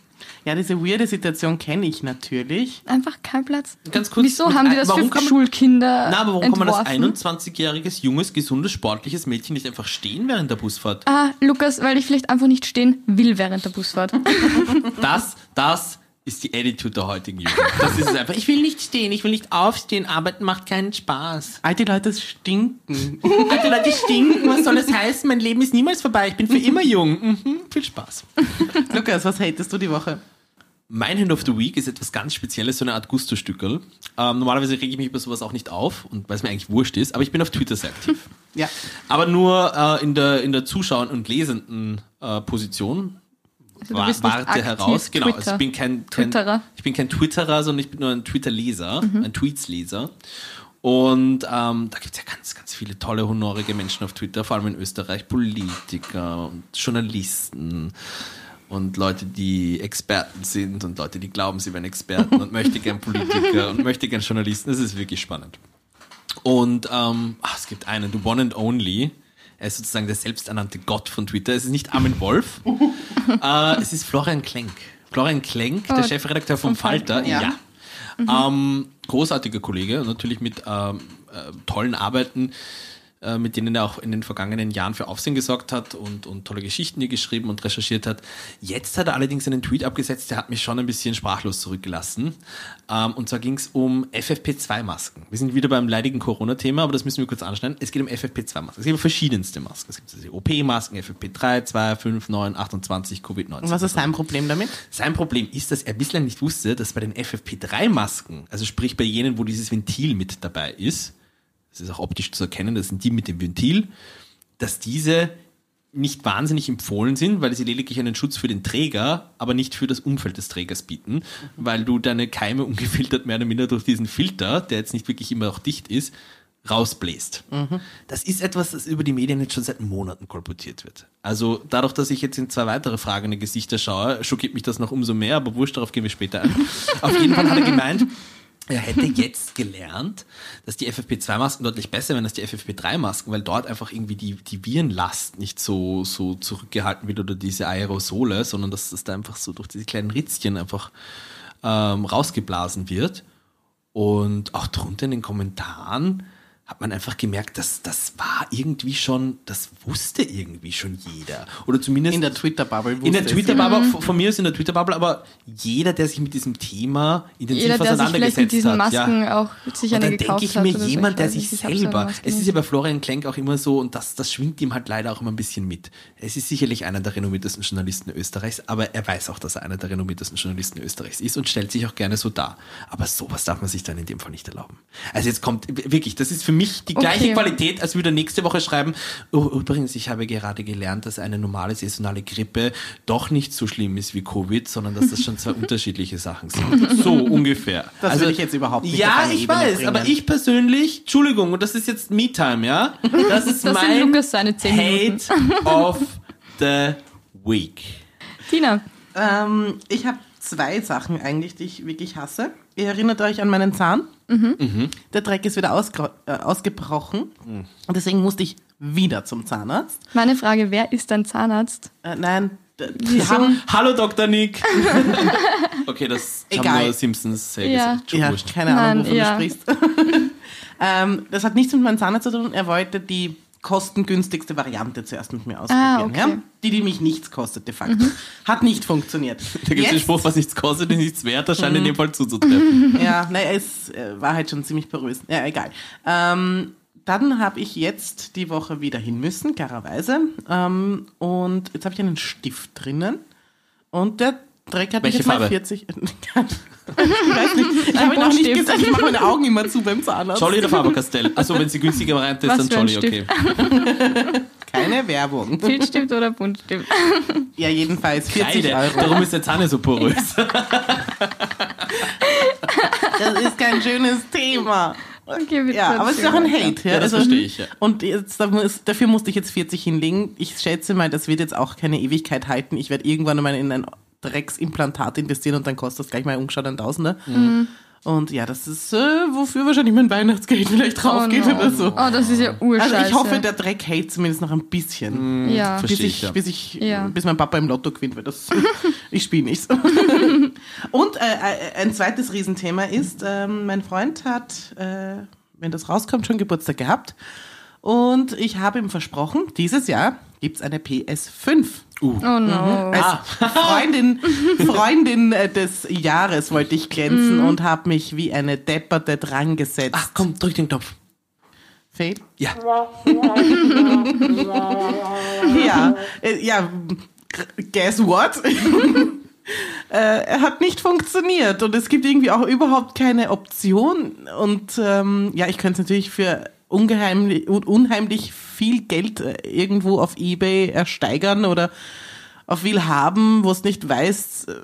A: Ja, diese weirde Situation kenne ich natürlich.
B: Einfach kein Platz.
C: Ganz kurz,
B: Wieso
C: mit
B: haben die
C: ein-
B: das
C: warum
B: für
C: kann man-
B: Schulkinder
C: Na, aber warum
B: entworfen?
C: kann man das 21-jähriges, junges, gesundes, sportliches Mädchen nicht einfach stehen während der Busfahrt?
B: Ah, Lukas, weil ich vielleicht einfach nicht stehen will während der Busfahrt.
C: Das, das ist die Attitude der heutigen Jugend. Das ist es einfach. Ich will nicht stehen, ich will nicht aufstehen, arbeiten macht keinen Spaß.
A: Alte Leute stinken.
C: Alte Leute stinken, was soll das heißen? Mein Leben ist niemals vorbei, ich bin für immer jung. Mhm, viel Spaß.
A: Lukas, was hatest du die Woche?
C: Mein Hand of the Week ist etwas ganz Spezielles, so eine Art Gusto-Stückel. Ähm, normalerweise rege ich mich über sowas auch nicht auf und weil es mir eigentlich wurscht ist, aber ich bin auf Twitter sehr aktiv.
A: Ja.
C: aber nur äh, in der, in der Zuschauern- und lesenden äh, Position.
B: du
C: Wa-
B: bist nicht
C: warte
B: aktiv
C: heraus. Genau,
B: Twitter-
C: ich bin kein, kein
B: Twitterer. Mhm.
C: Ich bin kein Twitterer, sondern ich bin nur ein Twitter-Leser, ein Tweetsleser. Und ähm, da gibt es ja ganz, ganz viele tolle, honorige Menschen auf Twitter, vor allem in Österreich, Politiker und Journalisten und Leute, die Experten sind und Leute, die glauben, sie wären Experten und möchte gern Politiker und möchte gern Journalisten. Das ist wirklich spannend. Und ähm, ah, es gibt einen, The One and Only. Er ist sozusagen der selbsternannte Gott von Twitter. Es ist nicht Armin Wolf. äh, es ist Florian Klenk. Florian Klenk, der
B: Oh,
C: Chefredakteur vom Falter.
A: Falter,
C: Ja. Ähm, großartiger Kollege, natürlich mit ähm, äh, tollen Arbeiten, äh, mit denen er auch in den vergangenen Jahren für Aufsehen gesorgt hat und, und tolle Geschichten die geschrieben und recherchiert hat. Jetzt hat er allerdings einen Tweet abgesetzt, der hat mich schon ein bisschen sprachlos zurückgelassen. Ähm, und zwar ging es um FFP2-Masken. Wir sind wieder beim leidigen Corona-Thema, aber das müssen wir kurz anschneiden. Es geht um FFP2-Masken. Es gibt verschiedenste Masken. Es gibt diese OP-Masken, FFP3, 2, 5, 9, 28, Covid-19.
A: Und was ist sein Problem damit?
C: Sein Problem ist, dass er bislang nicht wusste, dass bei den FFP3-Masken, also sprich bei jenen, wo dieses Ventil mit dabei ist, das ist auch optisch zu erkennen, das sind die mit dem Ventil, dass diese nicht wahnsinnig empfohlen sind, weil sie lediglich einen Schutz für den Träger, aber nicht für das Umfeld des Trägers bieten, weil du deine Keime ungefiltert mehr oder minder durch diesen Filter, der jetzt nicht wirklich immer auch dicht ist, rausbläst. Mhm. Das ist etwas, das über die Medien jetzt schon seit Monaten kolportiert wird. Also dadurch, dass ich jetzt in zwei weitere fragende Gesichter schaue, schockiert mich das noch umso mehr, aber wurscht, darauf gehen wir später ein. Auf jeden Fall hat er gemeint, er hätte jetzt gelernt, dass die FFP2-Masken deutlich besser wären als die FFP3-Masken, weil dort einfach irgendwie die, die Virenlast nicht so, so zurückgehalten wird oder diese Aerosole, sondern dass das da einfach so durch diese kleinen Ritzchen einfach ähm, rausgeblasen wird. Und auch drunter in den Kommentaren hat man einfach gemerkt, dass das war irgendwie schon, das wusste irgendwie schon jeder. Oder zumindest
A: In der Twitter-Bubble.
C: in der
A: wusste es
C: Twitter-Bubble,
B: Mhm.
C: von- von mir ist in der Twitter-Bubble, aber jeder, der sich mit diesem Thema intensiv
B: Jeder, der sich vielleicht
C: auseinandergesetzt
B: mit diesen
C: hat.
B: Masken
C: ja.
B: auch sich
C: Und
B: eine
C: dann
B: gekauft
C: denke ich
B: hat.
C: mir,
B: oder so.
C: jemand, der
B: weiß
C: sich
B: nicht, ich hab's aber
C: selber,
B: gemacht.
C: es ist ja bei Florian Klenk auch immer so und das, das schwingt ihm halt leider auch immer ein bisschen mit. Es ist sicherlich einer der renommiertesten Journalisten Österreichs, aber er weiß auch, dass er einer der renommiertesten Journalisten Österreichs ist und stellt sich auch gerne so dar. Aber sowas darf man sich dann in dem Fall nicht erlauben. Also jetzt kommt, wirklich, das ist für mich die gleiche
B: Okay.
C: Qualität, als würde er nächste Woche schreiben, oh, übrigens, ich habe gerade gelernt, dass eine normale saisonale Grippe doch nicht so schlimm ist wie Covid, sondern dass das schon zwei unterschiedliche Sachen sind. So ungefähr. Also
A: Das will Also, ich jetzt überhaupt nicht auf
C: Ja,
A: eine
C: ich
A: Ebene
C: weiß,
A: bringen.
C: aber ich persönlich, Entschuldigung, und das ist jetzt Me-Time, ja? Das ist
B: Das sind
C: mein
B: Lukas seine zehn
C: Hate of the Week.
B: Tina,
A: Ähm, ich habe zwei Sachen eigentlich, die ich wirklich hasse. Ihr erinnert euch an meinen Zahn?
B: Mhm.
A: Der Dreck ist wieder ausgro- äh, ausgebrochen. Und deswegen musste ich wieder zum Zahnarzt.
B: meine Frage, wer ist dein Zahnarzt?
A: Äh, nein, d- die
B: Wieso?
A: haben...
C: Hallo Dr. Nick. okay, das haben
A: Egal.
C: nur Simpsons sehr
B: Ja.
C: gesagt. Schon
A: Ja,
C: wurscht.
A: keine
B: Nein,
A: Ahnung, wovon
B: ja.
A: du sprichst. ähm, das hat nichts mit meinem Zahnarzt zu tun. Er wollte die kostengünstigste Variante zuerst mit mir ausprobieren.
B: Ah, okay. Mhm.
A: ja? Die, die mich nichts kostet, de facto. Hat nicht funktioniert.
C: Da gibt es den
A: Jetzt-
C: Spruch, was nichts kostet, ist nichts wert, das scheint in dem Fall zuzutreffen.
A: Ja, naja, es äh, war halt schon ziemlich porös. Ja, egal. Ähm, dann habe ich jetzt die Woche wieder hin müssen, klarerweise. Ähm, und jetzt habe ich einen Stift drinnen. Und der Dreck hat
C: Welche
A: mich jetzt mal
C: Farbe?
A: 40. ich weiß nicht. Ich habe ihn auch nicht
B: Buntstift.
A: gesagt. Ich mache meine Augen immer zu beim Zahnarzt.
C: Jolly oder Faber Castell? Also, Achso, wenn sie günstiger Variante ist,
B: Was
C: dann
B: für ein
C: Jolly, okay.
A: Keine Werbung.
B: Filzstift oder Buntstift?
A: Ja, jedenfalls 40
C: Kreide,
A: Euro.
C: darum ist der Zahn ja so porös.
A: Das ist kein schönes Thema.
B: Okay, bitte.
A: Ja, aber es ist auch ein Hate. Ja, also
C: Ja, das verstehe ich, ja.
A: Und jetzt, da muss- dafür musste ich jetzt 40 hinlegen. Ich schätze mal, das wird jetzt auch keine Ewigkeit halten. Ich werde irgendwann mal in ein Drecksimplantat investieren und dann kostet das gleich mal umgeschaut ein Tausender.
B: Mhm.
A: Und ja, das ist, äh, wofür wahrscheinlich mein Weihnachtsgeld vielleicht
B: Oh,
A: draufgeht
B: no.
A: oder so.
B: oh, das ist ja urscheiße.
A: Also ich hoffe, der Dreck hält zumindest noch ein
C: Mhm.
A: bisschen.
B: ja.
C: Verstehe.
A: Bis ich,
C: Versteh ich, ja.
A: bis ich,
B: Ja.
A: bis mein Papa im Lotto gewinnt, weil das, ich spiele nichts. Und äh, äh, ein zweites Riesenthema ist, ähm, mein Freund hat, äh, wenn das rauskommt, schon Geburtstag gehabt. Und ich habe ihm versprochen, dieses Jahr gibt es eine PS5.
B: Oh no.
A: Als
C: Ah.
A: Freundin, Freundin äh, des Jahres wollte ich glänzen
B: Mhm.
A: und habe mich wie eine Depperte drangesetzt.
C: Ach komm, drück den Knopf.
A: Fail.
C: Ja.
A: Ja, äh, ja, guess what? Äh, Er hat nicht funktioniert und es gibt irgendwie auch überhaupt keine Option. Und ähm, ja, ich könnte es natürlich für ungeheimlich, un- unheimlich viel Geld äh, irgendwo auf Ebay ersteigern oder auf viel haben, wo es nicht weiß, äh,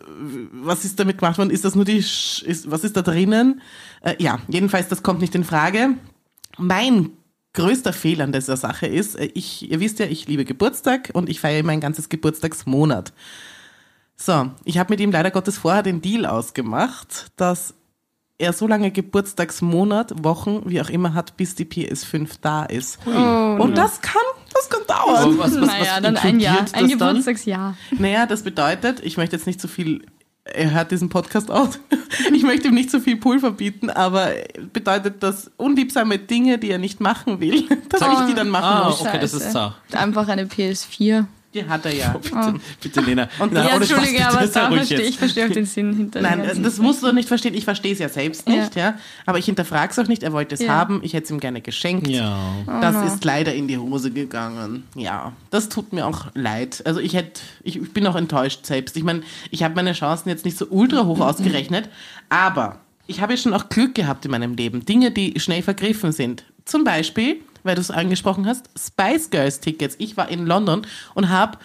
A: was ist damit gemacht worden, ist das nur die, Sch ist, was ist da drinnen? Äh, ja, jedenfalls, das kommt nicht in Frage. Mein größter Fehler an dieser Sache ist, äh, ich, ihr wisst ja, ich liebe Geburtstag und ich feiere mein ganzes Geburtstagsmonat. So, ich habe mit ihm leider Gottes vorher den Deal ausgemacht, dass er so lange Geburtstagsmonat, Wochen, wie auch immer hat, bis die PS5 da ist.
B: Oh,
A: Und das kann, das kann dauern.
C: Aber Mhm. was, was, was
B: naja, dann ein
C: inkludiert
B: Jahr.
C: das
B: Ein
C: dann?
B: Geburtstagsjahr.
A: Naja, das bedeutet, ich möchte jetzt nicht zu viel, er hört diesen Podcast aus, ich möchte ihm nicht zu viel Pulver bieten, aber bedeutet, dass unliebsame Dinge, die er nicht machen will, dass ich die dann machen
C: Ah,
A: muss.
C: okay, das ist
B: Oh, Scheiße.
C: zart.
B: Einfach eine PS4.
A: Die hat er ja.
C: Bitte, bitte Lena. Und
B: ja, Entschuldige, aber da verstehe ich verstehe auch den Sinn hinter dem
A: Nein, also
B: Ganzen.
A: das musst du nicht verstehen, ich verstehe es ja selbst
B: Ja.
A: nicht, ja. Aber ich hinterfrage es auch nicht, er wollte es
B: Ja.
A: haben, ich hätte es ihm gerne geschenkt.
C: Ja.
A: Das ist leider in die Hose gegangen. Ja, das tut mir auch leid. Also ich hätte, ich, ich bin auch enttäuscht selbst. Ich meine, ich habe meine Chancen jetzt nicht so ultra hoch ausgerechnet, aber ich habe ja schon auch Glück gehabt in meinem Leben. Dinge, die schnell vergriffen sind. Zum Beispiel weil du es angesprochen hast, Spice Girls Tickets. Ich war in London und habe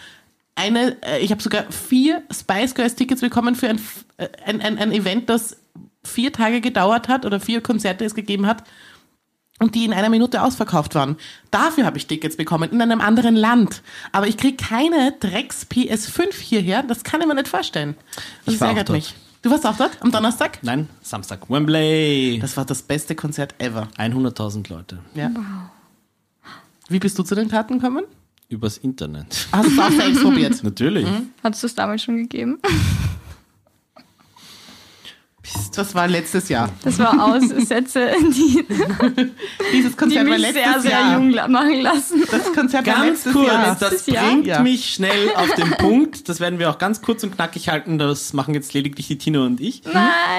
A: eine, äh, ich habe sogar vier Spice Girls Tickets bekommen für ein, F- äh, ein, ein, ein Event, das vier Tage gedauert hat oder vier Konzerte es gegeben hat und die in einer Minute ausverkauft waren. Dafür habe ich Tickets bekommen, in einem anderen Land. Aber ich kriege keine Drecks PS5 hierher, das kann ich mir nicht vorstellen. Das
C: Ich war auch
A: ärgert
C: dort.
A: mich. Du warst auch dort am Donnerstag?
C: Nein, Samstag, Wembley.
A: Das war das beste Konzert ever.
C: 100.000 Leute
A: Ja. Wie bist du zu den Karten gekommen?
C: übers Internet. Hm?
A: Hast du es auch selbst probiert?
C: Natürlich.
B: Hattest du es damals schon gegeben?
A: Das war letztes Jahr.
B: Das war Aussätze, die,
A: Dieses
B: die
A: Konzert war
B: mich
A: letztes
B: sehr, sehr
A: Jahr.
B: jung la- machen lassen.
A: Das Konzert war
C: Ganz
A: letztes
C: kurz,
A: Jahr.
C: das
B: Jahr.
C: bringt
A: Ja.
C: mich schnell auf den Punkt. Das werden wir auch ganz kurz und knackig halten. Das machen jetzt lediglich die Tina und ich.
B: Nein.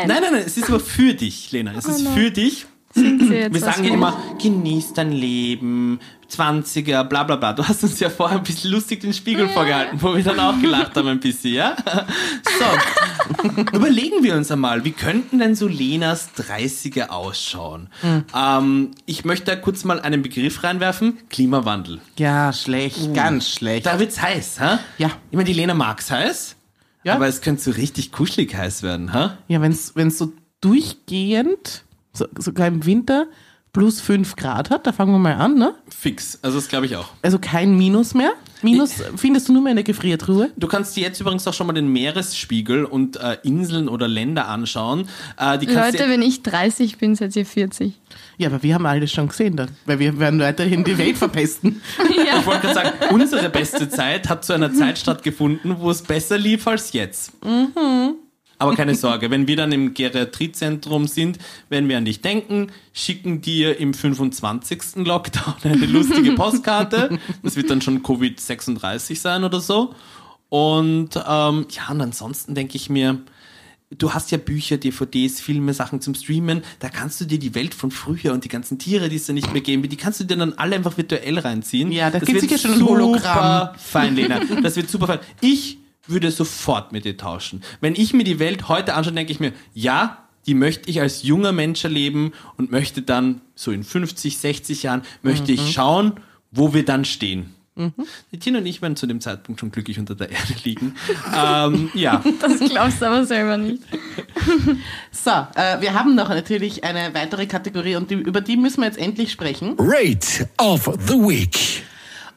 C: Nein, nein, nein, es ist aber für dich, Lena. Es ist für dich.
B: Singt sie jetzt
C: Wir
B: was
C: sagen ja
B: vor?
C: immer, genieß dein Leben, 20er, bla bla bla. Du hast uns ja vorher ein bisschen lustig den Spiegel vorgehalten, wo wir dann auch gelacht haben ein bisschen, ja? So, überlegen wir uns einmal, wie könnten denn so Lenas 30er ausschauen?
A: Hm.
C: Ähm, ich möchte da kurz mal einen Begriff reinwerfen, Klimawandel.
A: Ja,
C: Oh.
A: schlecht, ganz schlecht.
C: Da wird's heiß, ha?
A: Ja.
C: Ich meine, die Lena mag's heiß,
A: Ja.
C: aber es könnte so richtig kuschelig heiß werden, ha?
A: Ja, wenn es so durchgehend, so, sogar im Winter, plus 5 Grad hat, da fangen wir mal an, ne?
C: Fix, also das glaube ich auch.
A: Also kein Minus mehr. Minus findest du nur mehr in der Gefriertruhe.
C: Du kannst dir jetzt übrigens auch schon mal den Meeresspiegel und äh, Inseln oder Länder anschauen. Äh, die kannst
B: Leute,
C: dir,
B: wenn ich 30 bin, seid ihr 40.
A: Ja, aber wir haben alles schon gesehen dann, weil wir werden weiterhin die Welt verpesten.
B: Ja.
C: ich wollte gerade sagen, unsere beste Zeit hat zu einer Zeit stattgefunden, wo es besser lief als jetzt. Aber keine Sorge, wenn wir dann im Geriatriezentrum sind, werden wir an dich denken, schicken dir im 25. Lockdown eine lustige Postkarte. Das wird dann schon Covid-36 sein oder so. Und ähm, ja, und ansonsten denke ich mir, du hast ja Bücher, DVDs, Filme, Sachen zum Streamen, da kannst du dir die Welt von früher und die ganzen Tiere, die es da nicht mehr geben wird, die kannst du dir dann alle einfach virtuell reinziehen.
A: Ja, da
C: Das
A: gibt's
C: wird
A: sicher schon ein
C: super
A: Hologramm.
C: Fein, Lena. Das wird super fein. Ich würde sofort mit dir tauschen. Wenn ich mir die Welt heute anschaue, denke ich mir, ja, die möchte ich als junger Mensch erleben und möchte dann so in 50, 60 Jahren, möchte
A: Mhm.
C: ich schauen, wo wir dann stehen. Die Tina und ich werden zu dem Zeitpunkt schon glücklich unter der Erde liegen. ähm, ja,
B: Das glaubst du aber selber nicht.
A: So, äh, wir haben noch natürlich eine weitere Kategorie und die, über die müssen wir jetzt endlich sprechen.
D: Rate of the Week.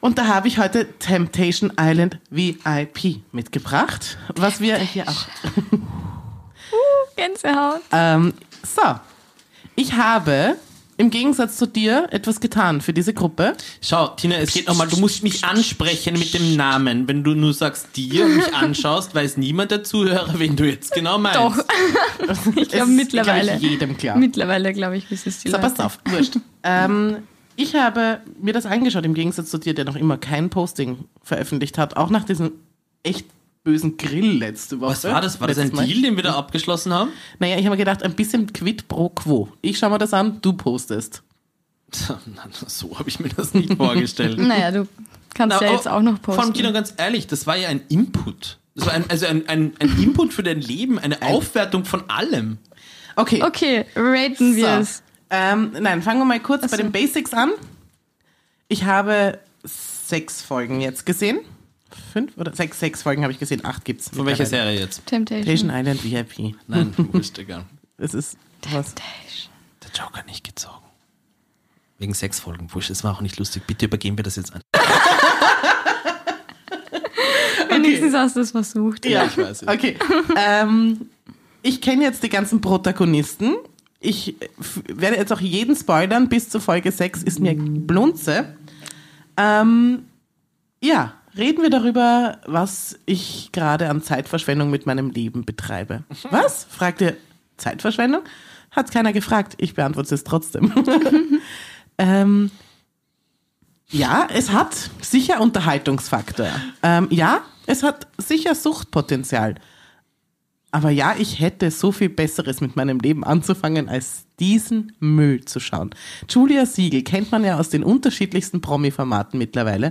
A: Und da habe ich heute Temptation Island VIP mitgebracht, was wir hier auch.
B: Gänsehaut.
A: Ähm, so, ich habe im Gegensatz zu dir etwas getan für diese Gruppe.
C: Schau, Tina, es geht nochmal, du musst mich ansprechen mit dem Namen. Wenn du nur sagst dir und mich anschaust, weiß niemand der Zuhörer, wen du jetzt genau meinst.
B: Doch, ich
A: Es
B: glaube
A: ist,
B: mittlerweile.
A: glaub ich, jedem klar.
B: Mittlerweile, glaube ich, wissen es die
A: so,
B: Leute.
A: passt auf, wurscht. ähm, ich habe mir das angeschaut, im Gegensatz zu dir, der noch immer kein Posting veröffentlicht hat, auch nach diesem echt bösen Grill letzte Woche.
C: Was war das? War das ein
A: Letztes Mal.
C: Deal, den wir da abgeschlossen haben?
A: Naja, ich habe mir gedacht, ein bisschen quid pro quo. Ich schaue mir das an, du postest.
C: Na, So habe ich mir das nicht vorgestellt.
B: Naja, du kannst
C: Na,
B: ja
C: aber
B: jetzt auch noch
C: Vor allem, Tina,
B: posten.
C: ganz ehrlich, das war ja ein Input. Das war ein, also ein, ein, ein Input für dein Leben, eine Aufwertung von allem.
A: Okay.
B: Okay, raten wir es.
A: Ähm, nein, fangen wir mal kurz
B: so.
A: bei den Basics an. Ich habe sechs Folgen jetzt gesehen. Fünf oder sechs, sechs Folgen habe ich gesehen. Acht gibt's.
C: Von welcher Serie jetzt?
B: Temptation.
A: Temptation Island VIP.
C: Nein, wurscht, egal.
A: Es ist was.
B: Temptation.
C: Der Joker nicht gezogen. Wegen sechs Folgen, wurscht. Das war auch nicht lustig. Bitte übergehen wir das jetzt an.
B: Wenigstens hast du es versucht.
A: Ja,
C: ich weiß es.
A: Okay. ähm, ich kenne jetzt die ganzen Protagonisten. Ich f- werde jetzt auch jeden spoilern. Bis zur Folge 6 ist mir Blunze. Ähm, ja, reden wir darüber, was ich gerade an Zeitverschwendung mit meinem Leben betreibe.
C: Mhm.
A: Was? Fragt ihr Zeitverschwendung? Hat keiner gefragt. Ich beantworte es trotzdem. ähm, ja, es hat sicher Unterhaltungsfaktor. Ähm, ja, es hat sicher Suchtpotenzial. Aber ja, ich hätte so viel Besseres mit meinem Leben anzufangen, als diesen Müll zu schauen. Julia Siegel kennt man ja aus den unterschiedlichsten Promi-Formaten mittlerweile.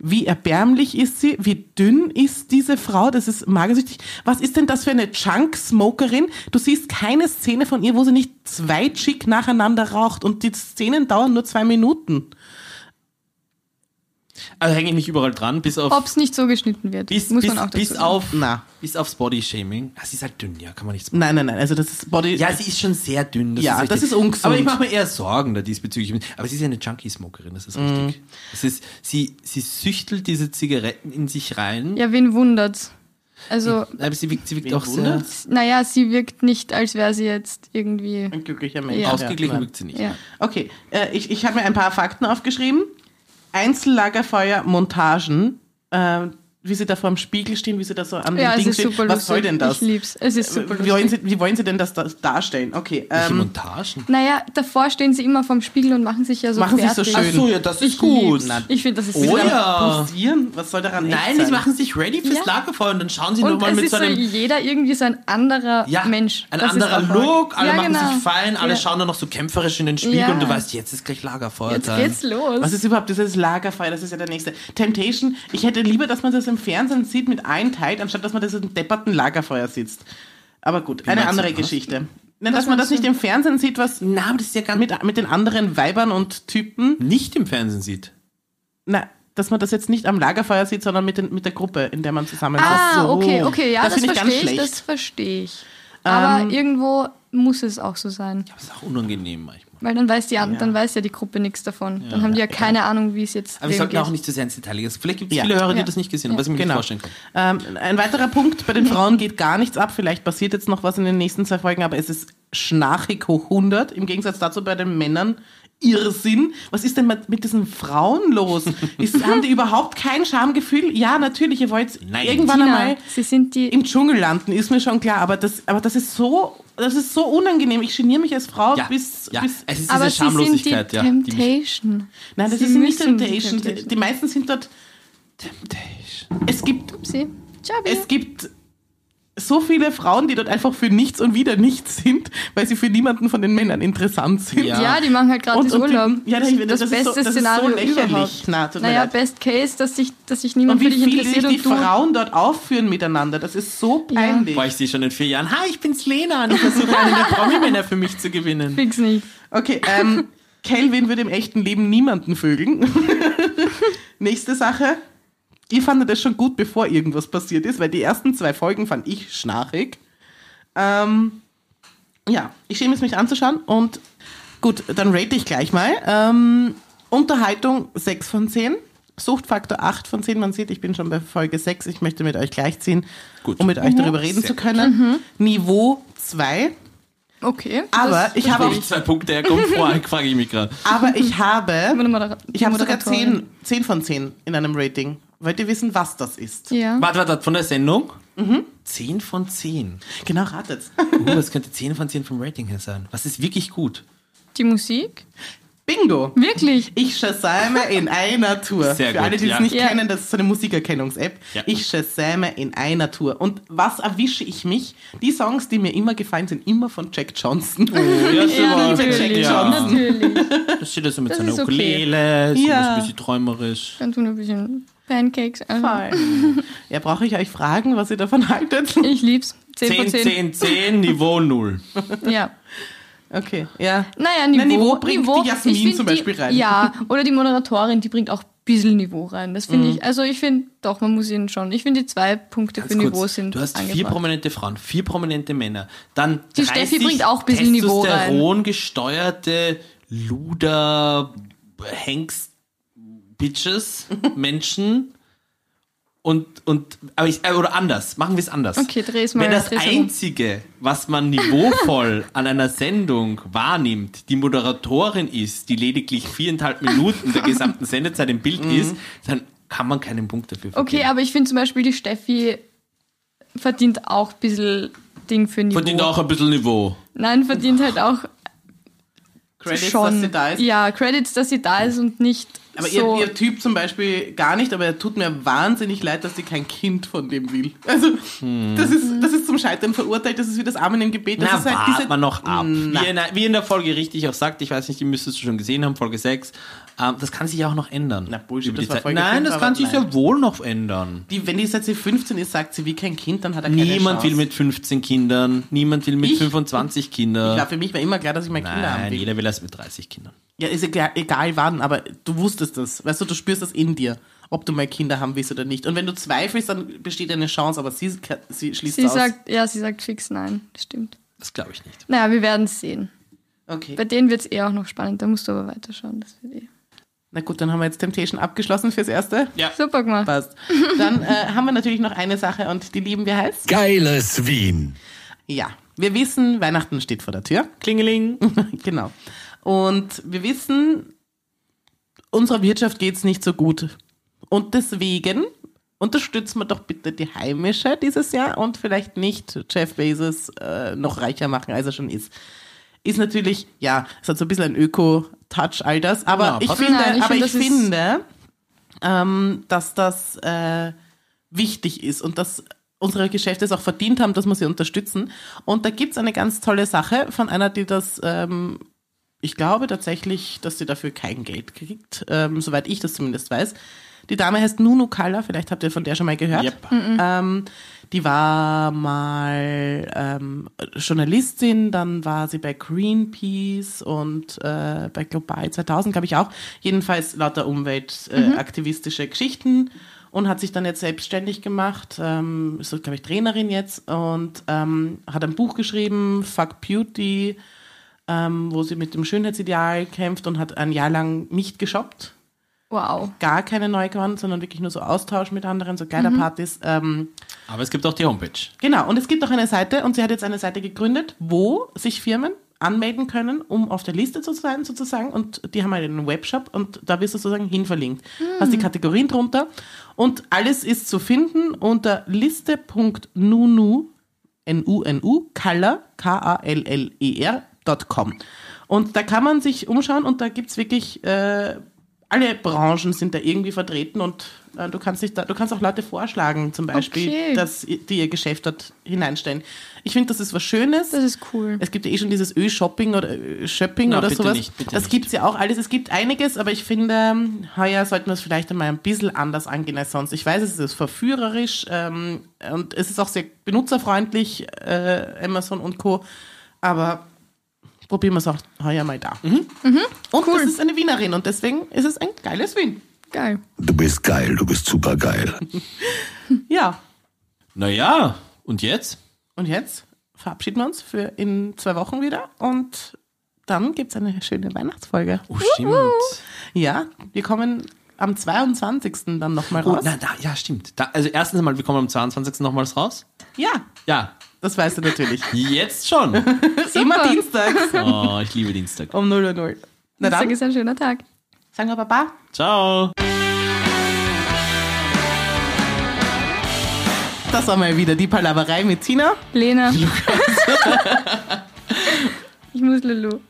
A: Wie erbärmlich ist sie? Wie dünn ist diese Frau? Das ist magersüchtig. Was ist denn das für eine Junk-Smokerin? Du siehst keine Szene von ihr, wo sie nicht zwei Chick nacheinander raucht und die Szenen dauern nur zwei Minuten.
C: Also hänge ich mich überall dran, bis auf
B: Ob es nicht so geschnitten wird,
C: bis,
B: muss
C: bis,
B: man auch dazu
C: bis
B: sagen.
C: auf
A: Na.
C: bis aufs Body Shaming. Ah, sie ist halt dünn, ja, kann man nichts machen.
A: Nein, nein, nein. Also das ist Body.
C: Ja, sie ist schon sehr dünn.
A: Ja,
C: richtig.
A: das ist ungesund.
C: Aber ich mache mir eher Sorgen da diesbezüglich. Aber sie ist ja eine Junkie-Smokerin, das ist richtig.
B: Mhm.
C: Das ist, sie, sie süchtelt diese Zigaretten in sich rein.
B: Ja, wen wundert's? Also,
C: Aber sie wirkt, sie wirkt
A: Wen
C: auch sehr
A: wundert's?
B: naja, sie wirkt nicht, als wäre sie jetzt irgendwie.
A: Ein glücklicher Mensch.
B: Ja.
C: ausgeglichen,
A: nein.
C: wirkt sie nicht.
B: Ja.
A: Okay, äh, ich, ich habe mir ein paar Fakten aufgeschrieben. Einzellagerfeuer-Montagen, äh, wie sie da vor dem Spiegel stehen, wie sie da so an
B: Ja,
A: den
B: es
A: Ding
B: ist
A: stehen.
B: super lustig.
A: Was soll denn das? Äh,
B: Ich lieb's. Es ist super
A: wie, wollen
B: lustig.
A: sie, wie wollen sie denn das da- darstellen? Okay,
C: Welche
A: ähm,
C: Montagen?
B: Naja, davor stehen sie immer vorm Spiegel und machen sich ja so
A: Machen sich
B: fertig.
A: so schön. Ach so,
C: ja, das
B: Ich gut. Ich finde, das ist
C: Oh
A: Will sie
B: super.
C: ja.
A: da Posieren? Was soll daran
C: Nein,
A: echt
C: die
A: sein?
C: machen sich ready fürs
B: Ja.
C: Lagerfeuer und dann schauen sie
B: Und
C: nochmal
B: es
C: mit
B: ist
C: so
B: so
C: einem
B: jeder irgendwie so ein anderer
C: ja,
B: Mensch.
C: ein
B: Das ist
C: anderer
B: Erfolg.
C: Look, alle
B: ja,
C: machen
B: genau.
C: sich fein, alle
B: ja.
C: schauen nur noch so kämpferisch in den Spiegel
B: Ja.
C: und du weißt, jetzt ist gleich Lagerfeuer
B: Jetzt
C: Time.
B: geht's los.
A: Was ist überhaupt dieses Lagerfeuer? Das ist ja der nächste. Temptation, ich hätte lieber, dass man das im Fernsehen sieht mit einem Teil, anstatt dass man das im depperten Lagerfeuer sitzt. Aber gut, eine
C: meinst du
A: andere
C: das?
A: Geschichte. Nein, dass man das
B: meinst
A: nicht im Fernsehen sieht, was
C: Na, aber das ist ja gar
A: mit, mit den anderen Weibern und Typen,
C: nicht im Fernsehen sieht.
A: na, dass man das jetzt nicht am Lagerfeuer sieht, sondern mit, den, mit der Gruppe, in der man zusammen
B: Ah,
A: ist. So.
B: okay, okay, ja,
A: das
B: das,
A: finde ich ganz
B: verstehe ich,
A: schlecht. Ähm,
B: das verstehe ich. Aber irgendwo muss es auch so sein,
C: Das ist auch unangenehm manchmal.
B: weil dann weiß die, an- dann weiß ja die Gruppe nichts davon. Dann haben die ja keine Ahnung, wie es jetzt
C: Aber wir
B: dem
C: sollten
B: geht.
C: auch nicht zu sehr ins Detail gehen. Vielleicht gibt es
A: Ja.
C: viele Hörer, die
B: Ja.
C: das nicht gesehen haben, was ich mir
A: Genau.
C: nicht vorstellen kann.
A: Ähm, ein weiterer Punkt, bei den Frauen geht gar nichts ab. Vielleicht passiert jetzt noch was in den nächsten zwei Folgen, aber es ist schnarchig hoch 100. Im Gegensatz dazu bei den Männern Irrsinn. Was ist denn mit, mit diesen Frauen los? Ist, haben die überhaupt kein Schamgefühl? Ja, natürlich, ihr wollt
C: Nein.
A: irgendwann
B: Tina,
A: einmal
B: sie sind die
A: im Dschungel landen, ist mir schon klar, aber das, aber das ist so, das ist so unangenehm. Ich geniere mich als Frau
C: Ja,
A: bis,
C: ja.
A: bis
C: es ist
B: aber sie
C: diese
B: sind die
C: Schamlosigkeit, ja. Die mich-
B: Temptation.
A: Nein, das
B: Sie
A: ist nicht
B: müssen
A: Temptation. Die,
B: Temptation.
A: die meisten sind dort. Es gibt,
B: Sie? Ciao,
A: es gibt so viele Frauen, die dort einfach für nichts und wieder nichts sind, weil sie für niemanden von den Männern interessant sind.
C: Ja.
B: ja. die machen halt gratis
A: Und- und die-
B: Urlaub.
A: ja, das- das
B: das,
A: ist so-
B: beste
A: das ist so
B: Szenario
A: lächerlich.
B: überhaupt.
A: Na, tut mir
B: naja,
A: leid.
B: best case, dass sich, dass sich niemand
A: Und
B: für
A: wie
B: dich
A: viele sich
B: interessiert
A: die
B: und du...
A: Frauen dort aufführen miteinander, das ist so peinlich.
C: War ich sie schon in vier Jahren? Hi, ich bin's Lena und ich versuche einige Promi-Männer für mich zu gewinnen.
B: Fix nicht.
A: Okay, ähm, Kelvin würde im echten Leben niemanden vögeln. Nächste Sache. Ihr fandet es schon gut, bevor irgendwas passiert ist, weil die ersten zwei Folgen fand ich schnarchig. Ähm, ja, ich schäme es mich anzuschauen und gut, dann rate ich gleich mal. Ähm, Unterhaltung 6 von 10. Suchtfaktor 8 von 10. Man sieht, ich bin schon bei Folge 6. Ich möchte mit euch gleichziehen,
C: Gut.
A: um mit euch darüber reden
C: Sehr
A: zu können. Niveau 2.
B: Okay.
A: Aber
B: das
A: ich habe
C: Wo
A: auch
C: die zwei Punkte herkommen, vor, frage ich mich gerade.
B: Mhm.
A: aber ich habe,
B: Immer eine Modera-
A: ich habe sogar
B: Moderatorin.
A: 10, 10 von 10 in einem Rating. Wollt ihr wissen, was das ist?
B: Ja.
C: Warte, warte, warte, von der Sendung?
B: Mhm.
C: Zehn von zehn.
A: Genau, ratet.
C: Uh, das könnte zehn von zehn vom Rating her sein. Was ist wirklich gut?
B: Die Musik?
A: Bingo!
B: Wirklich?
A: Ich Shazame in einer Tour.
C: Sehr
A: Für
C: gut,
A: alle, die
C: ja.
A: es nicht
B: Ja.
A: kennen, das ist so eine Musikerkennungs-App.
C: Ja.
A: Ich Shazame in einer Tour. Und was erwische ich mich? Die Songs, die mir immer gefallen, sind immer von Jack Johnson.
C: Ja,
B: natürlich.
C: Ja.
B: natürlich.
C: Das steht da so mit
B: Das
C: seiner
B: ist okay.
C: Ukulele, so
A: Ja.
C: ein bisschen träumerisch.
B: Dann tun wir ein bisschen Pancakes. Also,
A: ja, brauche ich euch fragen, was ihr davon haltet?
B: Ich lieb's. 10, von
C: 10,
B: 10.
C: 10, 10, Niveau 0.
B: Ja.
A: Okay, ja.
B: Naja,
A: Na,
B: Niveau,
A: Niveau bringt die
B: ich
A: Jasmin
B: find
A: zum
B: die-
A: Beispiel rein.
B: Ja, oder die Moderatorin, die bringt auch ein bisschen Niveau rein. Das
A: Mhm.
B: finde ich, also ich finde, doch, man muss ihnen schon. Ich finde, die zwei Punkte für
C: Ganz
B: Niveau
C: kurz,
B: sind
C: Du hast vier
B: angebracht.
C: prominente Frauen, vier prominente Männer, dann
B: Die
C: 30
B: Steffi bringt auch ein bisschen Niveau rein.
C: Testosteron gesteuerte Luder Hengst Bitches Menschen und und aber ich, äh, oder anders, machen wir es anders.
B: Okay, dreh's mal,
C: Wenn das
B: dreh's herum.
C: einzige, was man niveauvoll an einer Sendung wahrnimmt, die Moderatorin ist, die lediglich viereinhalb Minuten der gesamten Sendezeit im Bild ist, dann kann man keinen Punkt dafür vergeben.
B: Mhm. okay, aber ich finde zum Beispiel, die Steffi verdient auch ein bisschen Ding für Niveau.
C: verdient auch ein bisschen Niveau.
B: Nein, verdient halt auch
A: Credits,
B: schon.
A: dass sie da ist.
B: Ja, Credits, dass sie da ist und nicht
A: Aber
B: so.
A: ihr, ihr Typ zum Beispiel gar nicht, aber er tut mir wahnsinnig leid, dass sie kein Kind von dem will. Also, das, ist, das ist zum Scheitern verurteilt, das ist wie das Amen im Gebet. Das
C: Hm. Na,
A: ist halt
C: warten
A: diese- Hm,
C: wir noch ab.
A: Na.
C: Wie in, der, wie in der Folge richtig auch sagt, ich weiß nicht, die müsstest du schon gesehen haben, Folge 6. Ähm, das kann sich ja auch noch ändern.
A: Na, Bullshit,
C: Über die
A: das war
C: Zeit.
A: Folge
C: Nein,
A: fünf,
C: das
A: aber
C: kann sich
A: nein.
C: ja wohl noch ändern.
A: Die, wenn die seit sie 15 ist, sagt sie wie kein Kind, dann hat er keine
C: Niemand
A: Chance.
C: will mit 15 Kindern, niemand will mit
A: Ich?
C: 25
A: Ich
C: Kindern.
A: war für mich war immer klar, dass ich meine Kinder haben
C: Nein,
A: will.
C: jeder will erst mit 30 Kindern.
A: Ja, ist egal, egal wann, aber du wusstest das. Weißt du, du spürst das in dir, ob du mal Kinder haben willst oder nicht. Und wenn du zweifelst, dann besteht eine Chance, aber sie, sie schließt
B: Sie
A: aus.
B: sagt, ja, sie sagt fix nein. Das stimmt.
C: Das glaube ich nicht.
B: Naja, wir werden es sehen.
A: okay.
B: Bei denen wird es eh auch noch spannend. Da musst du aber weiterschauen. Das wird eh.
A: Na gut, dann haben wir jetzt Temptation abgeschlossen fürs Erste.
C: Ja.
B: Super gemacht.
A: Passt. Dann äh, haben wir natürlich noch eine Sache und die lieben wir heiß.
D: Geiles Wien.
A: Ja, wir wissen, Weihnachten steht vor der Tür.
C: Klingeling.
A: genau. Und wir wissen, unserer Wirtschaft geht's nicht so gut. Und deswegen unterstützen wir doch bitte die Heimische dieses Jahr und vielleicht nicht Jeff Bezos äh, noch reicher machen, als er schon ist. Ist natürlich, ja, es hat so ein bisschen ein Öko-Touch, all das. Aber
C: Ja,
A: ich
C: Genau, passt.
A: finde,
B: Nein, ich
A: aber
B: finde,
A: ich
B: das ist-
A: finde ähm, dass das äh, wichtig ist und dass unsere Geschäfte es auch verdient haben, dass wir sie unterstützen. Und da gibt's eine ganz tolle Sache von einer, die das, ähm, ich glaube tatsächlich, dass sie dafür kein Geld kriegt, ähm, soweit ich das zumindest weiß. Die Dame heißt Nunu Kalla, vielleicht habt ihr von der schon mal gehört.
C: Yep.
A: Ähm, die war mal ähm, Journalistin, dann war sie bei Greenpeace und äh, bei Global 2000, glaube ich auch. Jedenfalls lauter umweltaktivistische äh, aktivistische Geschichten und hat sich dann jetzt selbstständig gemacht. Ähm, ist, glaube ich, Trainerin jetzt und ähm, hat ein Buch geschrieben, Fuck Beauty, ähm, wo sie mit dem Schönheitsideal kämpft und hat ein Jahr lang nicht geshoppt
B: Wow.
A: gar keine Neukorn, sondern wirklich nur so Austausch mit anderen, so Kleiderpartys. Ähm,
C: Aber es gibt auch die Homepage.
A: genau, und es gibt auch eine Seite und sie hat jetzt eine Seite gegründet, wo sich Firmen anmelden können, um auf der Liste zu sein sozusagen und die haben halt einen Webshop und da wirst du sozusagen hinverlinkt. Hast die Kategorien drunter und alles ist zu finden unter liste.nunu N-U-N-U, Kaller, K-A-L-L-E-R, E dot com. Und da kann man sich umschauen und da gibt's wirklich, äh, alle Branchen sind da irgendwie vertreten und äh, du, kannst dich da, du kannst auch Leute vorschlagen, zum Beispiel,
B: Okay.
A: dass i- die ihr Geschäft dort hineinstellen. Ich finde, das ist was Schönes.
B: Das ist cool.
A: Es gibt ja eh schon dieses Ö-Shopping oder Ö-Shopping
C: Na,
A: oder
C: bitte
A: sowas.
C: nicht, bitte
A: das
C: nicht.
A: gibt's ja auch alles. Es gibt einiges, aber ich finde, ähm, heuer sollten wir es vielleicht einmal ein bisschen anders angehen als sonst. Ich weiß, es ist verführerisch ähm, und es ist auch sehr benutzerfreundlich, äh, Amazon und Co. Aber probieren wir es auch heuer mal da.
C: Mhm.
A: Mhm. Und das ist eine Wienerin und deswegen ist es ein geiles Wien.
B: Geil.
D: Du bist geil, du bist super geil.
A: Ja,
C: Naja, und jetzt?
A: und jetzt verabschieden wir uns für in zwei Wochen wieder und dann gibt's eine schöne Weihnachtsfolge.
C: Oh, stimmt.
A: Ja, wir kommen am 22. dann nochmal
C: Oh,
A: raus.
C: na, na, ja, stimmt. Da, also erstens einmal, wir kommen am 22. nochmals raus.
A: ja,
C: Ja,
A: das weißt du natürlich.
C: jetzt schon.
A: Immer dienstags
C: Oh, ich liebe Dienstag.
A: um 0 Uhr. Na
B: Dienstag
A: dann,
B: ist ein schöner Tag.
A: sagen wir Baba.
C: Ciao.
A: Das war mal wieder die Palaverei mit Tina.
B: Lena. ich muss Lulu.